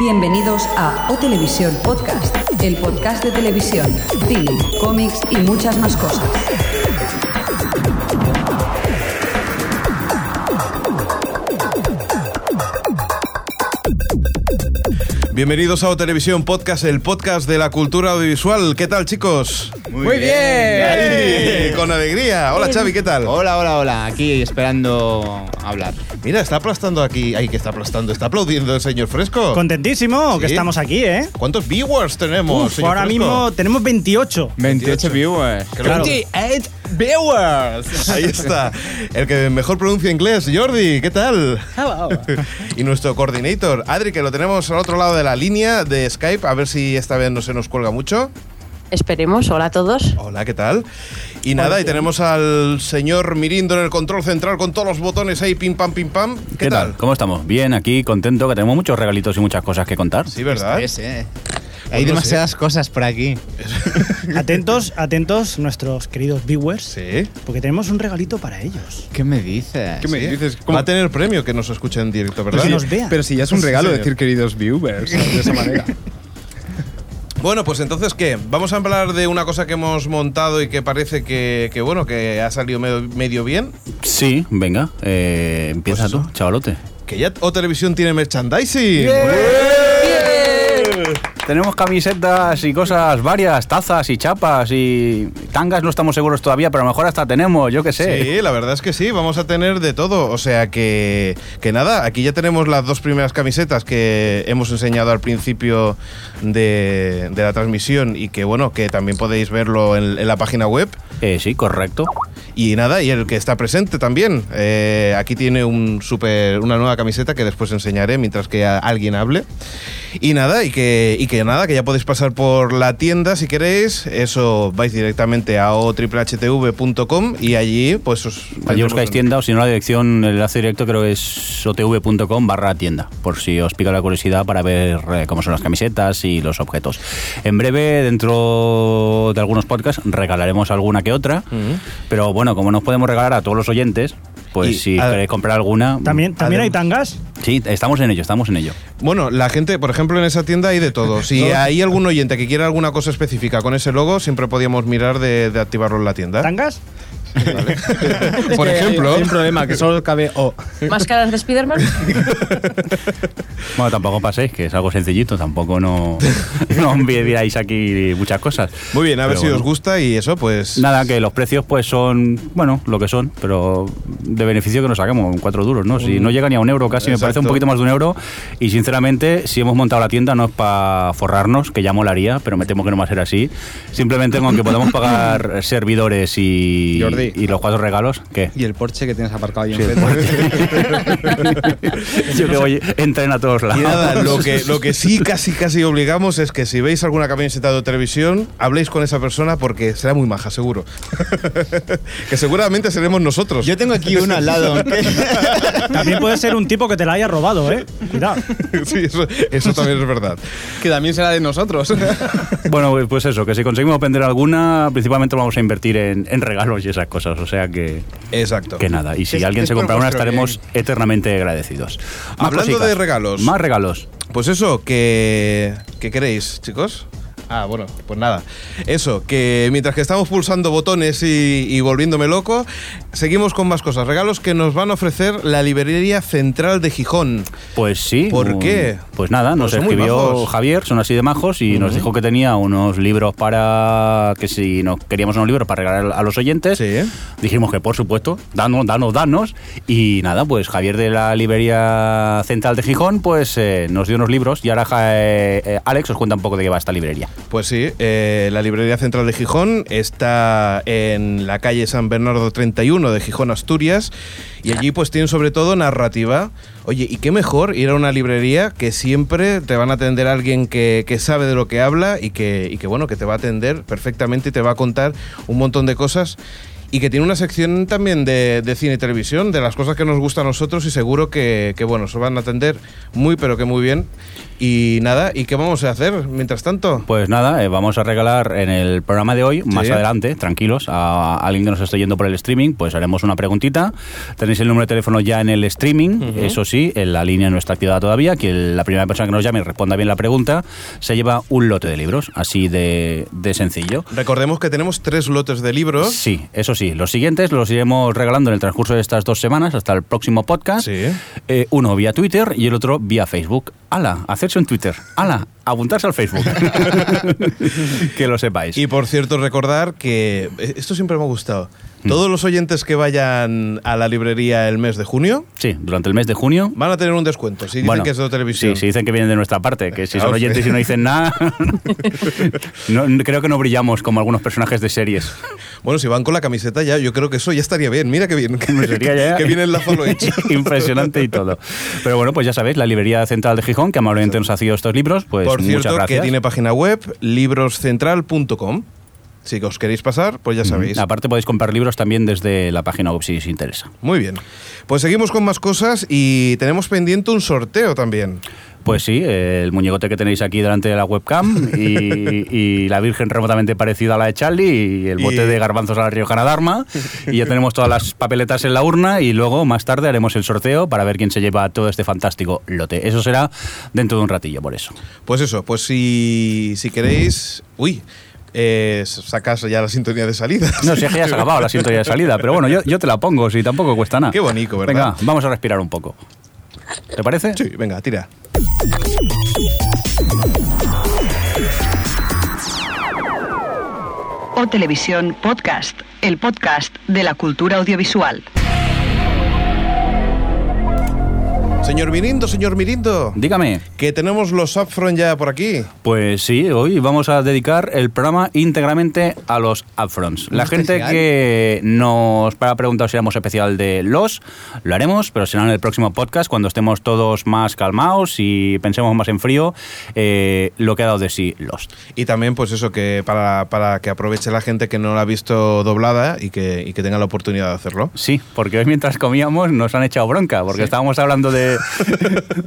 Bienvenidos a O Televisión Podcast, el podcast de televisión, cine, cómics y muchas más cosas. Bienvenidos a O Televisión Podcast, el podcast de la cultura audiovisual. ¿Qué tal, chicos? Muy, bien. Ahí, Con alegría. ¡Eh! Hola, Xavi, ¿qué tal? Hola, hola, hola. Aquí esperando hablar. Mira, está aplastando aquí. Ay, que está aplastando. Está aplaudiendo el señor Fresco. Contentísimo que Sí. estamos aquí, ¿eh? ¿Cuántos viewers tenemos, Uf, señor ahora Fresco? mismo tenemos 28. 28 28 viewers. Claro. 28 viewers. Ahí está. El que mejor pronuncia inglés, Jordi, ¿qué tal? Ah, Hello. Y nuestro coordinator, Adri, que lo tenemos al otro lado de la línea de Skype, a ver si esta vez no se nos cuelga mucho. Esperemos, hola a todos. Hola, ¿qué tal? Y nada, y tenemos al señor Mirindo en el control central con todos los botones ahí, pim pam, pim pam. ¿Qué, tal? ¿Cómo estamos? Bien, aquí, contento, que tenemos muchos regalitos y muchas cosas que contar. Sí, ¿verdad? eh. Pues Hay no demasiadas cosas por aquí. Atentos, atentos nuestros queridos viewers, Sí. porque tenemos un regalito para ellos. ¿Qué me dices? ¿Qué me dices? Va ¿Cómo- a tener premio que nos escuche en directo, ¿verdad? Pues Que nos vean. Pero si ya es un regalo decir queridos viewers de esa manera. Bueno, pues entonces, ¿qué? Vamos a hablar de una cosa que hemos montado y que parece que, que, bueno, que ha salido medio, medio bien. Sí, venga, eh, empieza tú, chavalote. Que ya O Televisión tiene merchandising. Tenemos camisetas y cosas varias, tazas y chapas y tangas, no estamos seguros todavía, pero a lo mejor hasta tenemos, yo qué sé. Sí, la verdad es que sí, vamos a tener de todo. O sea que, que nada, aquí ya tenemos las dos primeras camisetas que hemos enseñado al principio de, de la transmisión y que bueno, que también podéis verlo en, en la página web. Eh, sí, correcto. Y nada, y el que está presente también. eh, aquí tiene un super, una nueva camiseta que después enseñaré mientras que a- alguien hable. Y nada, y que, y que nada, que ya podéis pasar por la tienda si queréis. Eso vais directamente a otriplehtv.com y allí pues os... Allí tendremos buscáis un- tienda o si no la dirección, el enlace directo creo que es otv.com barra tienda, por si os pica la curiosidad para ver eh, cómo son las camisetas y los objetos. En breve, dentro de algunos podcasts, regalaremos alguna que otra, pero bueno, como nos podemos regalar a todos los oyentes, pues Y, si a- queréis comprar alguna... También, también hay tangas. Sí, estamos en ello, estamos en ello. Bueno, la gente, por ejemplo, en esa tienda hay de todo. Si hay algún oyente que quiera alguna cosa específica con ese logo, siempre podíamos mirar de, de activarlo en la tienda. ¿Tangas? ¿Ah? Por ejemplo, Hay un problema, que solo cabe O. Máscaras de Spiderman. Bueno, tampoco paséis, que es algo sencillito, tampoco no, no enviáis aquí muchas cosas. muy bien, a ver Pero si bueno. os gusta y eso, pues. Nada, que los precios pues son, bueno, lo que son, pero de beneficio que nos sacamos, cuatro duros, ¿no? Si no llega ni a un euro casi, me parece un Exacto. poquito más de un euro. Y sinceramente, si hemos montado la tienda no es para forrarnos, que ya molaría, pero me temo que no va a ser así. Simplemente con que podamos pagar servidores y, Jordi. y los cuatro regalos, ¿qué? Y el Porsche que tienes aparcado ahí Sí, enfrente. Yo que voy, entren a todos lados. Y nada, lo que, lo que sí casi casi obligamos es que si veis alguna camiseta de televisión, habléis con esa persona porque será muy maja, seguro. que seguramente seremos nosotros. Yo tengo aquí uno al lado. También puede ser un tipo que te la haya robado, ¿eh? Cuidado. sí, eso, eso también es verdad. que también será de nosotros. Bueno, pues eso, que si conseguimos vender alguna, principalmente vamos a invertir en, en regalos y esas cosas. O sea que, Exacto. que nada. Y si Es- alguien es se por compra una, vuestro estaremos eternamente agradecidos. Más Hablando cositas. de regalos. Más regalos. Pues eso, que. ¿Qué queréis, chicos? Ah, bueno, pues nada. Eso, que mientras que estamos pulsando botones y, y volviéndome loco, seguimos con más cosas. Regalos que nos van a ofrecer la librería central de Gijón. Pues sí. ¿Por qué? Pues nada, nos Pues son muy escribió majos. Javier, son así de majos, y nos dijo que tenía unos libros para. que si nos queríamos unos libros para regalar a los oyentes. Sí. ¿eh? Dijimos que por supuesto, danos, danos, danos. Y nada, pues Javier de la librería central de Gijón, pues eh, nos dio unos libros y ahora ja- eh, eh, Alex os cuenta un poco de qué va esta librería. Pues sí, eh, la librería central de Gijón está en la calle San Bernardo 31 de Gijón, Asturias, y allí pues tienen sobre todo narrativa. Oye, ¿y qué mejor ir a una librería que siempre te van a atender alguien que, que sabe de lo que habla y que, y que bueno, que te va a atender perfectamente y te va a contar un montón de cosas? y que tiene una sección también de, de cine y televisión, de las cosas que nos gustan a nosotros y seguro que, que, bueno, se van a atender muy pero que muy bien. Y nada, ¿y qué vamos a hacer mientras tanto? Pues nada, eh, vamos a regalar en el programa de hoy, más Sí. adelante, tranquilos, a alguien que nos esté yendo por el streaming, pues haremos una preguntita. Tenéis el número de teléfono ya en el streaming, eso sí, en la línea no está activada todavía, que el- la primera persona que nos llame y responda bien la pregunta, se lleva un lote de libros, así de, de sencillo. Recordemos que tenemos tres lotes de libros. Sí, eso sí. Los siguientes los iremos regalando en el transcurso de estas dos semanas hasta el próximo podcast. Sí. Eh, uno vía Twitter y el otro vía Facebook. ¡Hala! Hacerse un Twitter. ¡Hala! Apuntarse al Facebook. que lo sepáis. Y por cierto, recordar que eh, esto siempre me ha gustado. Mm. Todos los oyentes que vayan a la librería el mes de junio Sí, durante el mes de junio. van a tener un descuento. Si dicen bueno, que es de televisión. Sí, si dicen que vienen de nuestra parte, que si Claro, son oyentes sí. y no dicen nada, no- creo que no brillamos como algunos personajes de series. Bueno, si van con la camiseta ya, yo creo que eso ya estaría bien. Mira qué bien. Que, Pues sería ya- que bien enlazo lo he hecho. Impresionante y todo. Pero bueno, pues ya sabéis, la librería central de Gijón, que amablemente nos ha sido estos libros, pues Por muchas cierto, gracias. que tiene página web, libroscentral.com. Si os queréis pasar, pues ya sabéis. Aparte podéis comprar libros también desde la página web si os interesa. Muy bien. Pues seguimos con más cosas y tenemos pendiente un sorteo también. Pues sí, eh, el muñecote que tenéis aquí delante de la webcam y, y la Virgen remotamente parecida a la de Charlie y el bote Y- de garbanzos a la Riojana Dharma y ya tenemos todas las papeletas en la urna y luego más tarde haremos el sorteo para ver quién se lleva todo este fantástico lote. Eso será dentro de un ratillo, por eso. Pues eso, pues si, si queréis... Uy, eh, sacas ya la sintonía de salida. No sé, que ya se ha acabado la sintonía de salida, pero bueno, yo, yo te la pongo, si tampoco cuesta nada. Qué bonito, ¿verdad? Venga, vamos a respirar un poco. ¿Te parece? Sí, venga, tira. O Televisión Podcast, el podcast de la cultura audiovisual. Señor Mirindo, señor Mirindo, Dígame. que tenemos los Upfront ya por aquí. Pues sí, hoy vamos a dedicar el programa íntegramente a los upfronts. La Un gente especial. que nos para preguntar si haremos especial de los, lo haremos, pero será en el próximo podcast cuando estemos todos más calmados y pensemos más en frío eh, lo que ha dado de sí los. Y también, pues eso, que para, para que aproveche la gente que no la ha visto doblada y que, y que tenga la oportunidad de hacerlo. Sí, porque hoy mientras comíamos nos han echado bronca, porque estábamos hablando de,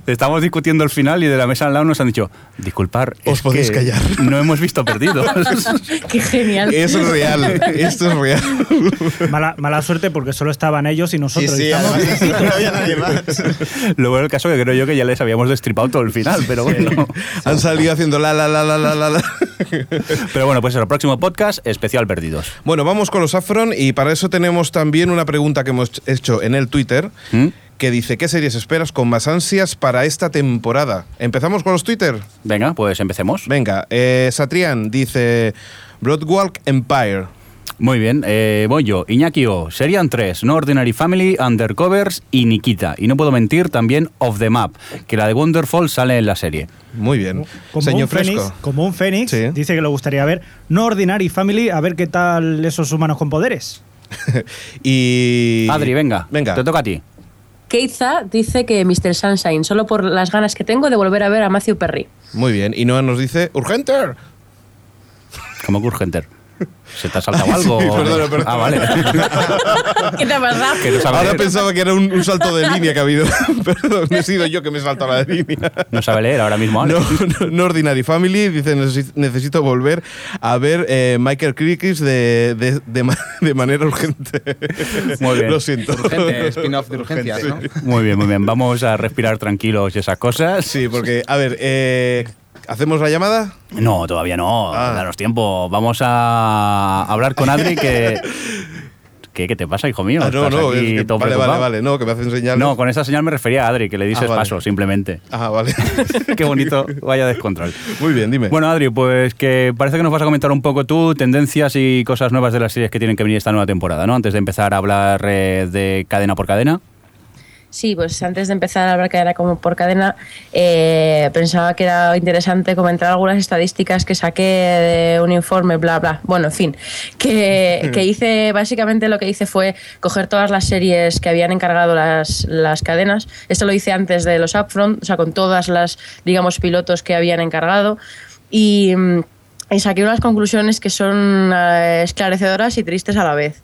Estábamos discutiendo el final y de la mesa al lado nos han dicho, disculpar, Os es podéis que callar". No hemos visto perdidos. Qué genial. Eso es real, esto es real. Mala, mala suerte porque solo estaban ellos y nosotros. y estamos- no había nadie más. Lo bueno del caso que creo yo que ya les habíamos destripado todo el final, pero bueno. Han salido haciendo la, la, la, la, la, la, la. Pero bueno, pues el próximo podcast, especial perdidos. Bueno, vamos con los Afron y para eso tenemos también una pregunta que hemos hecho en el Twitter ¿Mm? que dice, ¿qué series esperas con más ansias para esta temporada? ¿Empezamos con los Twitter? Venga, pues empecemos. Venga, eh, Satrián dice, Broadwalk Empire. Muy bien, eh, voy yo. Iñaki O. Serían tres: No Ordinary Family, Undercovers y Nikita. Y no puedo mentir, también Off the Map, que la de Wonderfall sale en la serie. Muy bien. Como Señor un fénix, Fresco. como un fénix, Sí. dice que lo gustaría ver. No Ordinary Family, a ver qué tal esos humanos con poderes. Y... Adri, venga. Venga. Te toca a ti. Keiza dice que Mr. Sunshine, solo por las ganas que tengo de volver a ver a Matthew Perry. Muy bien. Y Noah nos dice, Urgenter. Como que urgenter. ¿Se te ha saltado algo? Sí, perdona, perdona. Ah, vale. ¿Qué te pasa? que no sabe Ahora leer. pensaba que era un, un salto de línea que ha habido. Perdón, he sido yo que me he saltado la línea. No sabe leer ahora mismo. Alex. No, no, no Ordinary Family dice "Necesi- necesito volver a ver eh, Michael Crickis de, de, de ma- de manera urgente. Muy bien. Lo siento. Urgente, spin-off de urgencias, ¿no? Muy bien, muy bien. Vamos a respirar tranquilos y esas cosas. Sí, porque, a ver, eh, ¿hacemos la llamada? No, todavía no. Ah. Danos tiempo. Vamos a hablar con Adri que... ¿Qué, qué te pasa, hijo mío? Ah, no, ¿Estás no, aquí es que- todo vale, vale, preocupado? vale, no, que me hacen señales. No, con esa señal me refería a Adri, que le dices Ah, vale. paso, simplemente. Ah, vale. Qué bonito, vaya descontrol. Muy bien, dime. Bueno, Adri, pues que parece que nos vas a comentar un poco tú tendencias y cosas nuevas de las series que tienen que venir esta nueva temporada, ¿no? Antes de empezar a hablar eh, de cadena por cadena. Sí, pues antes de empezar a hablar cadena como por cadena, eh, pensaba que era interesante comentar algunas estadísticas que saqué de un informe, bla, bla. Bueno, en fin, que, que hice, básicamente lo que hice fue coger todas las series que habían encargado las, las cadenas. Esto lo hice antes de los upfront, o sea, con todas las, digamos, pilotos que habían encargado. Y, mm, y saqué unas conclusiones que son eh, esclarecedoras y tristes a la vez.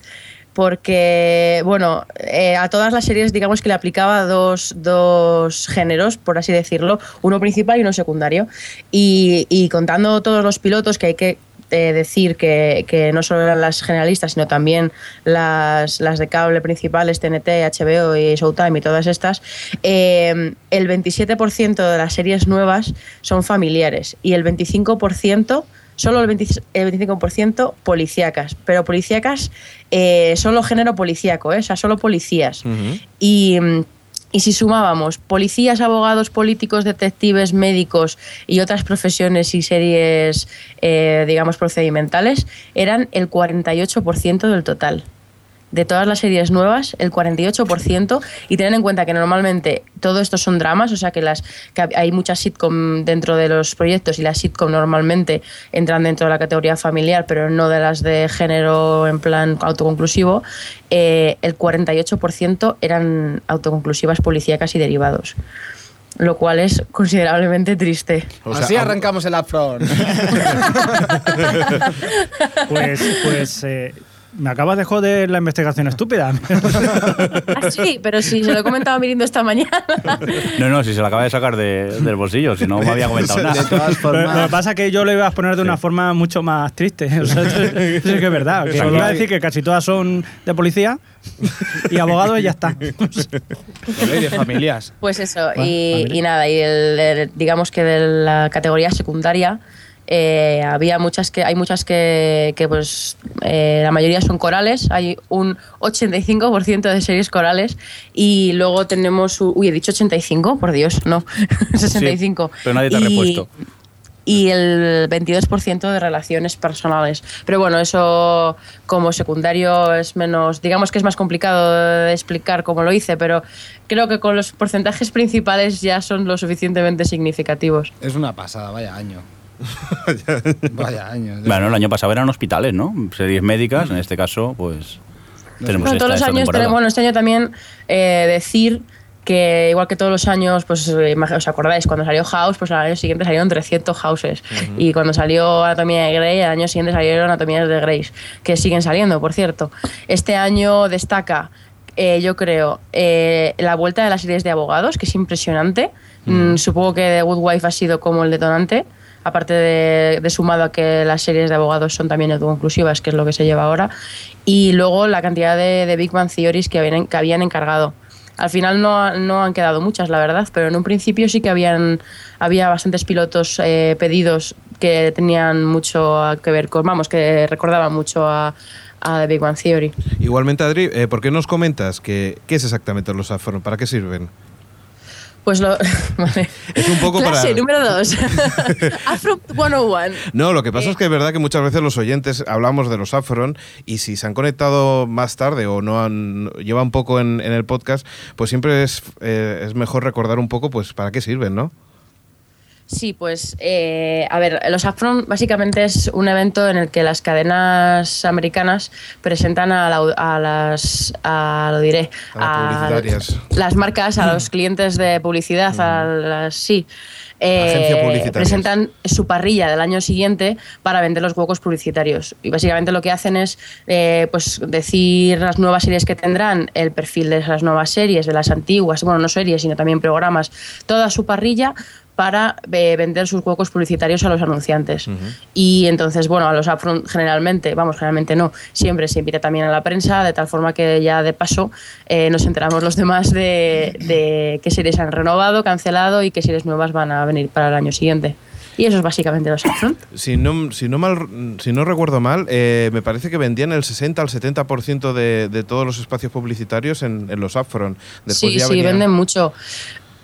porque, bueno, eh, a todas las series digamos que le aplicaba dos, dos géneros, por así decirlo, uno principal y uno secundario. Y, y contando todos los pilotos que hay que eh, decir que, que no solo eran las generalistas, sino también las, las de cable principales, TNT, HBO y Showtime y todas estas, eh, el 27% de las series nuevas son familiares y el 25% solo el, 20 el 25% policíacas, pero policíacas eh, solo género policíaco, ¿eh? o sea, solo policías. Y. mm, y si sumábamos policías, abogados, políticos, detectives, médicos y otras profesiones y series, eh, digamos, procedimentales, eran el 48% del total de todas las series nuevas, el 48%, y tener en cuenta que normalmente todo esto son dramas, o sea que, las, que hay muchas sitcom dentro de los proyectos y las sitcom normalmente entran dentro de la categoría familiar, pero no de las de género en plan autoconclusivo, eh, el 48% eran autoconclusivas policíacas y derivados, lo cual es considerablemente triste. O sea, Así aún- arrancamos el upfront. Pues, pues eh, me acabas de joder la investigación estúpida. Ah, sí, pero sí, se lo he comentado a Mirindo esta mañana. No, no, si se lo acaba de sacar de- del bolsillo, si no me había comentado De nada. todas Pero Lo que formas, pasa es que yo lo iba a exponer de una forma mucho más triste. O sea, es que es verdad. Que Tranquilo. iba a decir que casi todas son de policía y abogados y ya está. ley de familias. Pues eso, y, y nada, y el- el- digamos que de la categoría secundaria eh, había muchas que, hay muchas que, que, pues eh, la mayoría son corales, hay un 85% de series corales y luego tenemos, u- uy, he dicho 85, por Dios, no, 65. Sí, pero nadie te ha Y- repuesto. y el 22% de relaciones personales. Pero bueno, eso como secundario es menos, digamos que es más complicado de explicar cómo lo hice, pero creo que con los porcentajes principales ya son lo suficientemente significativos. Es una pasada, vaya año. vaya año. Bueno, el año pasado eran hospitales, ¿no? Series médicas, en este caso, pues. Tenemos Bueno, esta- todos los esta años, temporada. tenemos- bueno, este año también eh, decir que igual que todos los años, pues eh, imag- os acordáis, cuando salió House, pues al año siguiente salieron 300 Houses. Y cuando salió Anatomía de Grey, al año siguiente salieron Anatomías de Grey's, que siguen saliendo, por cierto. Este año destaca, eh, yo creo, eh, la vuelta de las series de abogados, que es impresionante. Mm, supongo que The Good Wife ha sido como el detonante. Aparte de, de sumado a que las series de abogados son también autoconclusivas, que es lo que se lleva ahora. Y luego la cantidad de, de Big Bang Theories que habían, que habían encargado. Al final no, ha- no han quedado muchas, la verdad, pero en un principio sí que habían había bastantes pilotos eh, pedidos que tenían mucho a- que ver con, vamos, que recordaban mucho a, a The Big Bang Theory. Igualmente, Adri, eh, ¿por qué nos comentas que, qué es exactamente los upfront? ¿Para qué sirven? Pues lo. vale. Es un poco Clase para- número 2. Afro 101. No, lo que pasa es que es verdad que muchas veces los oyentes hablamos de los upfront y si se han conectado más tarde o no han llevan poco en, en el podcast, pues siempre es, eh, es mejor recordar un poco pues para qué sirven, ¿no? Sí, pues eh, a ver, los Upfront básicamente es un evento en el que las cadenas americanas presentan a, la- a las, a, lo diré, A las publicitarias. Mm. las marcas, a los clientes de publicidad, a las, sí, eh, Agencia publicitarias. presentan su parrilla del año siguiente para vender los huecos publicitarios. Y básicamente lo que hacen es eh, pues decir las nuevas series que tendrán, el perfil de esas nuevas series, de las antiguas, bueno, no series, sino también programas, toda su parrilla para eh, vender sus huecos publicitarios a los anunciantes. Y entonces, bueno, a los upfront generalmente, vamos, generalmente no, siempre se invita también a la prensa, de tal forma que ya de paso eh, nos enteramos los demás de, de qué series han renovado, cancelado y qué series nuevas van a venir para el año siguiente. Y eso es básicamente los upfront. Si no, si no, mal, si no recuerdo mal, eh, me parece que vendían el 60 al 70% de, de todos los espacios publicitarios en, en los upfront. Después sí, ya sí, venían- venden mucho.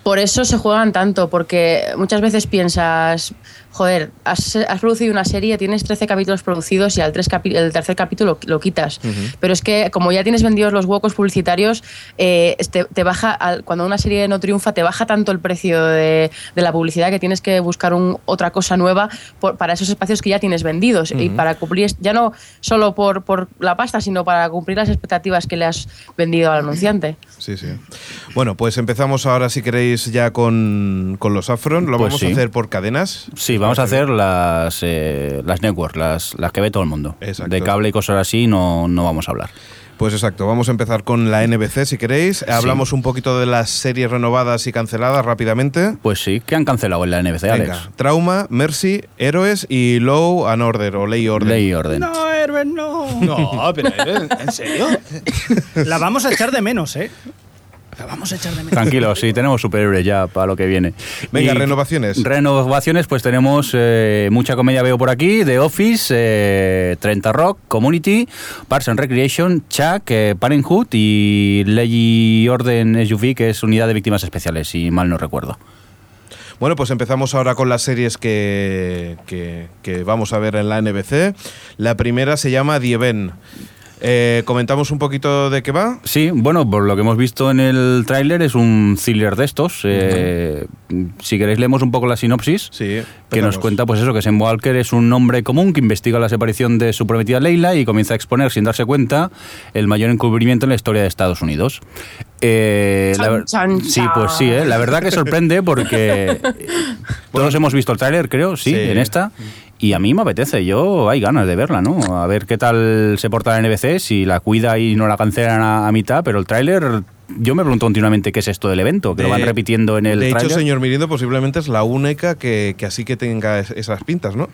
Por eso se juegan tanto, porque muchas veces piensas, joder, has, has producido una serie, tienes 13 capítulos producidos y al tres capi- el tercer capítulo lo quitas. Pero es que como ya tienes vendidos los huecos publicitarios, eh, te, te baja al- cuando una serie no triunfa, te baja tanto el precio de, de la publicidad que tienes que buscar un- otra cosa nueva por- para esos espacios que ya tienes vendidos y para cumplir, es- ya no solo por, por la pasta, sino para cumplir las expectativas que le has vendido al anunciante. Sí, sí. Bueno, pues empezamos ahora, si queréis, ya con, con los upfront. Lo Pues vamos a sí. hacer por cadenas. Sí, vamos a hacer las, eh, las networks, las, las que ve todo el mundo. Exacto. De cable y cosas así no, no vamos a hablar. Pues exacto, vamos a empezar con la NBC si queréis. Hablamos un poquito de las series renovadas y canceladas rápidamente. Pues sí, que han cancelado en la NBC, Alex. Venga, Trauma, Mercy, Héroes y Low and Order o Ley y Orden. Ley y orden. No, Herbert, no. No, pero ¿eh? ¿en serio? La vamos a echar de menos, ¿eh? La vamos a echar de menos. Tranquilo, sí, tenemos superhéroes ya para lo que viene. Venga, Y- renovaciones. Renovaciones, pues tenemos eh, mucha comedia veo por aquí, The Office, eh, 30 Rock, Community, Parks and Recreation, Chuck, eh, Parenthood y Ley y Orden SUV, que es Unidad de Víctimas Especiales, si mal no recuerdo. Bueno, pues empezamos ahora con las series que, que- que vamos a ver en la NBC. La primera se llama The Event. Eh, ¿Comentamos un poquito de qué va? Sí, bueno, por lo que hemos visto en el tráiler es un thriller de estos. eh, Si queréis leemos un poco la sinopsis. Sí. que empezamos. nos cuenta pues eso, que Sam Walker es un hombre común que investiga la separación de su prometida Leila y comienza a exponer sin darse cuenta el mayor encubrimiento en la historia de Estados Unidos. Eh, la ver- Chan, chan, sí, pues sí, ¿eh? la verdad que sorprende porque todos hemos visto el tráiler, creo, sí, Sí. en esta. Y a mí me apetece, yo hay ganas de verla, ¿no? A ver qué tal se porta la NBC, si la cuida y no la cancelan a, a mitad, pero el tráiler, yo me pregunto continuamente qué es esto del evento, que lo van De- repitiendo en el De tráiler. hecho, señor Mirindo, posiblemente es la única que, que así que tenga es- esas pintas, ¿no?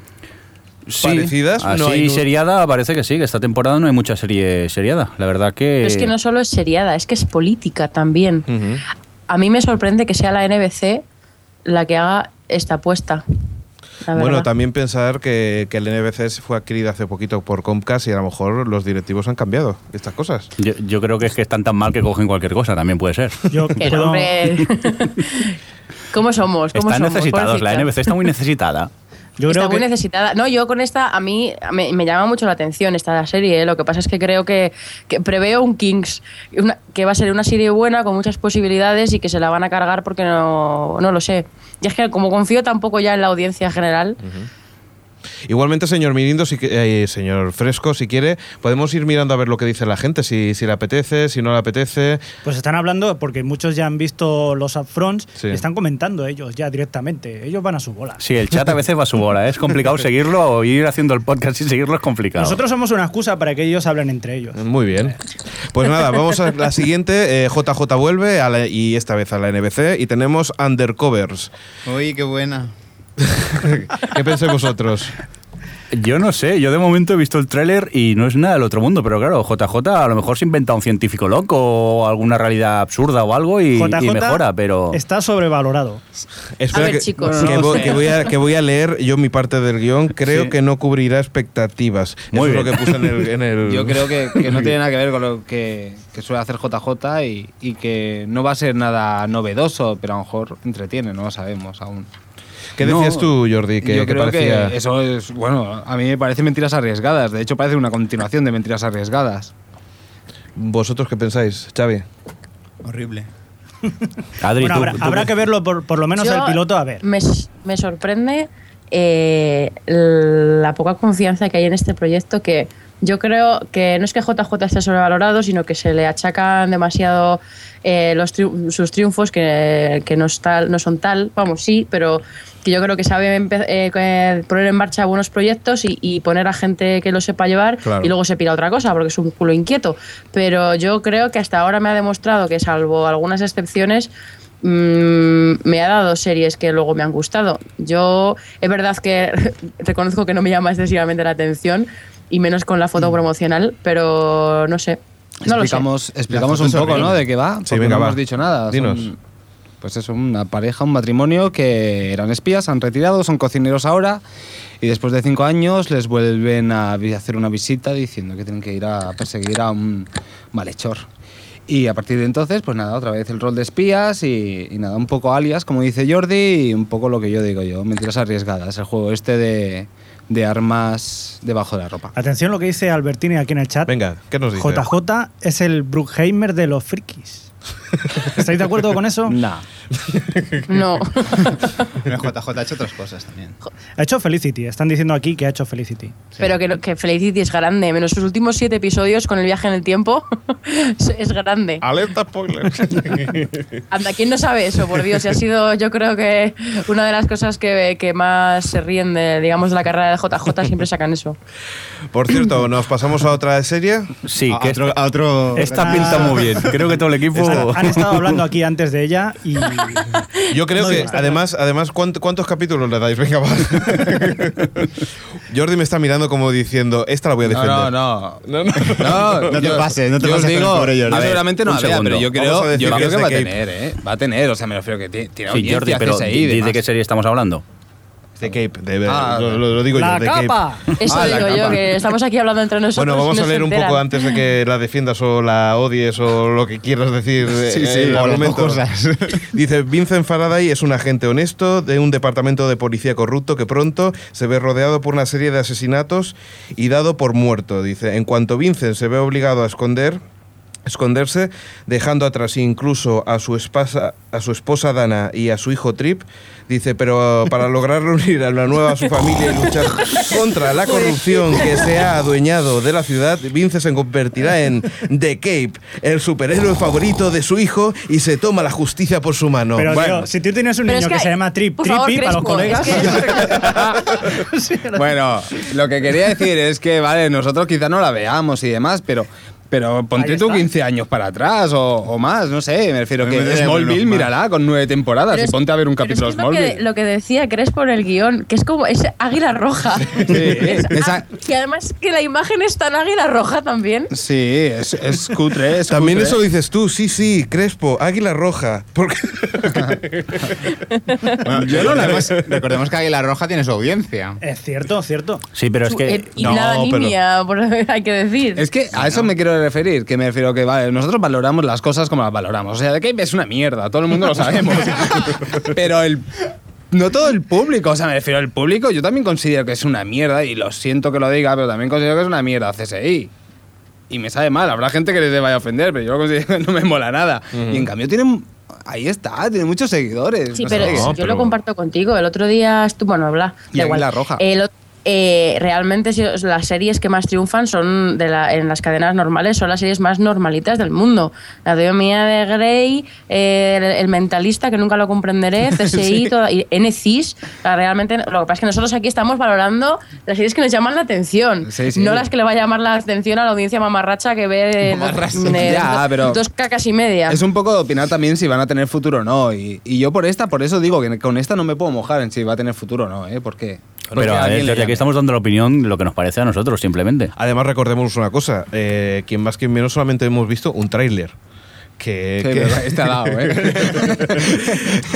parecidas, Así no hay nu- seriada parece que sí, que esta temporada no hay mucha serie seriada. La verdad que... Pero es que no solo es seriada, es que es política también. Ujú. A mí me sorprende que sea la NBC la que haga esta apuesta. la Bueno, verdad. también pensar que, que el NBC fue adquirida hace poquito por Comcast y a lo mejor los directivos han cambiado estas cosas. Yo, yo creo que es que están tan mal que cogen cualquier cosa, también puede ser. Yo Que puedo- no, hombre. ¿Cómo somos? ¿Cómo Están somos? necesitados, la Pobrecita. NBC está muy necesitada. yo está creo muy que necesitada. No, yo con esta, a mí me, me llama mucho la atención esta serie. ¿eh? Lo que pasa es que creo que, que preveo un Kings, una- que va a ser una serie buena con muchas posibilidades y que se la van a cargar porque no, no lo sé. Y es que como confío tampoco ya en la audiencia general, Igualmente, señor Mirindo, si, que- eh, señor Fresco, si quiere, podemos ir mirando a ver lo que dice la gente, si, si le apetece, si no le apetece. pues están hablando porque muchos ya han visto los upfronts Sí. y están comentando ellos ya directamente. Ellos van a su bola. Sí, el chat a veces va a su bola, ¿eh? es complicado seguirlo o ir haciendo el podcast y seguirlo es complicado. Nosotros somos una excusa para que ellos hablen entre ellos. Muy bien. Pues nada, vamos a la siguiente. eh, JJ vuelve a la- y esta vez a la NBC y tenemos Undercovers. Uy, qué buena. ¿Qué pensáis vosotros? Yo no sé, yo de momento he visto el tráiler y no es nada del otro mundo, pero claro, JJ a lo mejor se inventa un científico loco o alguna realidad absurda o algo y, y JJ mejora, pero... Está sobrevalorado. Espera ver, que, chicos. que No vo- sé. que voy a, que voy a leer yo mi parte del guión. Creo Sí. que no cubrirá expectativas. Muy Eso es bien. lo que puse en el. en el- Yo creo que, que no tiene nada que ver con lo que, que suele hacer JJ y, y que no va a ser nada novedoso, pero a lo mejor entretiene, no lo sabemos aún. ¿Qué No, decías tú, Jordi? Que, yo que creo parecía. que eso es, bueno, a mí me parece mentiras arriesgadas. De hecho, parece una continuación de mentiras arriesgadas. ¿Vosotros qué pensáis, Xavi? Horrible. Adri, Bueno, tú- habrá, tú- habrá que verlo por, por lo menos Yo- Mm. el piloto a ver. me, s- me sorprende eh, la poca confianza que hay en este proyecto que yo creo que no es que JJ esté sobrevalorado, sino que se le achacan demasiado eh, los triu- sus triunfos que, que no, es tal- no son tal, vamos, sí, pero que yo creo que sabe empe- eh, eh, poner en marcha buenos proyectos y, y poner a gente que lo sepa llevar Claro. y luego se pira otra cosa porque es un culo inquieto. Pero yo creo que hasta ahora me ha demostrado que salvo algunas excepciones, Mm, me ha dado series que luego me han gustado. Yo es verdad que reconozco que no me llama excesivamente la atención y menos con la foto promocional, pero no sé. No lo sé. explicamos explicamos La un foto es poco, horrible. ¿no? De qué va. Sí, porque venga, no va. hemos dicho nada. Dinos. pues eso, una pareja, un matrimonio que eran espías, se han retirado, son cocineros ahora y después de cinco años les vuelven a vi- hacer una visita diciendo que tienen que ir a perseguir a un malhechor. Y a partir de entonces, pues nada, otra vez el rol de espías y, y nada, un poco alias, como dice Jordi, y un poco lo que yo digo yo, mentiras arriesgadas, el juego este de, de armas debajo de la ropa. Atención lo que dice Albertini aquí en el chat. Venga, ¿qué nos dices? JJ es el Bruckheimer de los frikis. ¿Estáis de acuerdo con eso? Nah. No. Pero JJ ha hecho otras cosas también. Ha hecho Felicity. Están diciendo aquí que ha hecho Felicity. Pero que, lo- que Felicity es grande, menos sus últimos siete episodios con el viaje en el tiempo, es grande. Alerta spoiler. Anda, ¿quién no sabe eso? Por Dios, y ha sido yo creo que una de las cosas que, que más se ríen de, digamos, de la carrera de JJ, siempre sacan eso. Por cierto, nos pasamos a otra serie. Sí, a, que a otro, a otro- esta Ah. pinta muy bien. Creo que todo el equipo. Oh. Han, han estado hablando aquí antes de ella y Yo creo No que, digas nada. además, además ¿cuánt- ¿cuántos capítulos le dais? Venga, va. Jordi me está mirando como diciendo, esta la voy a No, defender. no, no. No, no. No, No te yo- pases, no te yo os pases con el digo, pobre Jordi. yo A ver, seguramente no un habría, segundo. pero yo Vamos a creo, decir que yo creo es que de va a Cape. tener, ¿eh? Va a tener, o sea, me refiero que ti- tiene Sí, Jordi, audiencia pero CSI y ¿de de demás. qué serie estamos hablando? The Cape, de- Ah, lo, lo- lo digo yo. The Cape. Eso Ah, la digo yo, capa. que estamos aquí hablando entre nosotros. Bueno, y vamos no a se leer un enteran. poco antes de que la defiendas o la odies o lo que quieras decir. eh, Sí, sí, el o las dos argumento. cosas. Dice, Vincent Faraday es un agente honesto de un departamento de policía corrupto que pronto se ve rodeado por una serie de asesinatos y dado por muerto. Dice, en cuanto Vincent se ve obligado a esconder esconderse, dejando atrás incluso a su, espasa- a su esposa Dana y a su hijo Trip. Dice, pero para lograr reunir a la nueva a su familia y luchar contra la corrupción que se ha adueñado de la ciudad, Vince se convertirá en The Cape, el superhéroe favorito de su hijo y se toma la justicia por su mano. Pero Bueno, tío, si tú tienes un Pero niño es que, que- se llama Trip por favor, Trippy para los Crespo, es colegas. Sí, ahora- Bueno, lo que quería decir es que, vale, nosotros quizá no la veamos y demás, pero, pero ponte Ahí tú está. 15 años para atrás o, o más, no sé. Me refiero Me que metes en Smallville, un normal. mírala, con nueve temporadas Pero y es- ponte a ver un pero es capítulo que de es lo, Smallville. que, lo que decía Crespo en el guión, que es como es águila roja. Es esa- a- y además que la imagen es tan águila roja también. Sí, es, es cutre, es También cutre. eso ¿eh? dices tú, sí, sí, Crespo, Águila Roja. Porque Bueno, Yo no la- recordemos, recordemos que Águila Roja tiene su audiencia. Es cierto, cierto. Sí, pero es que. y la no, pero- niña, por- hay que decir. Es que a eso me quiero referir, que me refiero que vale, nosotros valoramos las cosas como las valoramos. O sea, de Cape es una mierda, todo el mundo lo sabemos. Pero el no todo el público, o sea, me refiero al público, yo también considero que es una mierda y lo siento que lo diga, pero también considero que es una mierda CSI. Y me sabe mal, habrá gente que les vaya a ofender, pero yo lo considero que no me mola nada. Y en cambio tienen ahí está, tiene muchos seguidores. Sí, no pero sé. si yo pero- lo comparto contigo. El otro día estuvo, bueno, habla. Y da ahí igual. la roja. El ot- eh, realmente si os- las series que más triunfan son de la- en las cadenas normales, son las series más normalitas del mundo. La de Mía de Grey, eh, el, el Mentalista, que nunca lo comprenderé, CSI, toda- y NCIS. O sea, realmente, lo que pasa es que nosotros aquí estamos valorando las series que nos llaman la atención, Sí, sí. no las que le va a llamar la atención a la audiencia mamarracha que ve eh, Mamarracha. dos- eh, Ya, dos- pero- dos cacas y media. Es un poco de opinar también si van a tener futuro o no. Y, y yo por esta, por eso digo que con esta no me puedo mojar en si va a tener futuro o no, ¿eh? Porque, porque Pero a ver, alguien le desde aquí llame. estamos dando la opinión lo que nos parece a nosotros, simplemente. Además, recordemos una cosa: eh, quien más, quien menos, solamente hemos visto un tráiler. Que, Sí, que- verdad, este ha dado, ¿eh?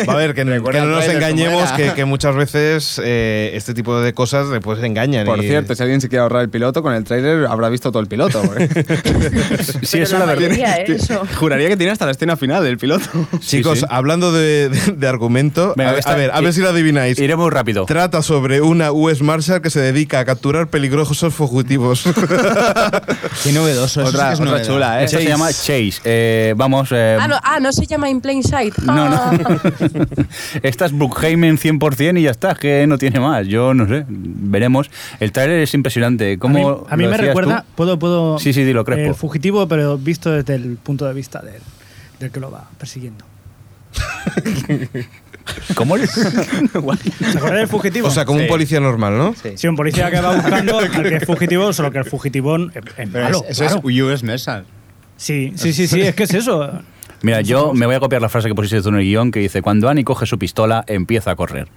Va a ver, que, no- Recuerda que no el nos tráiler, engañemos, ¿cómo que, era? que muchas veces eh, este tipo de cosas después engañan. Por y- cierto, si alguien se quiere ahorrar el piloto, con el tráiler habrá visto todo el piloto. ¿eh? porque- Sí, eso la la verdad. mayoría, ¿eh? Eso. Juraría que tiene hasta la escena final del piloto. Chicos, Sí, sí. hablando de, de- de argumento, Venga, a, ver, esta- a ver, a ver si lo adivináis. Iremos rápido. Trata sobre una US Marshal que se dedica a capturar peligrosos fugitivos. Qué novedoso. eso sí otra que es otra novedad. chula, ¿eh? Esto se llama Chase. Eh, vamos. eh, Ah no, ah, no se llama In Plain Sight. No, Ah. no. Esta es Brookhaven 100% y ya está, que no tiene más. Yo no sé, veremos. El tráiler es impresionante. a ¿Cómo mí, a mí lo me decías recuerda, tú? puedo, puedo. Sí, sí, dilo, Crespo. El fugitivo, pero visto desde el punto de vista del, del que lo va persiguiendo. ¿Cómo es? ¿Se acuerdan del fugitivo? o sea, como un policía normal, ¿no? si un policía que va buscando al que es fugitivo, solo que el fugitivón es, es Pero malo. es- eso claro. es US Mersal. Sí, sí, sí, sí, es que es eso. Mira, yo me voy a copiar la frase que pusiste tú en el guión que dice: Cuando Annie coge su pistola, empieza a correr.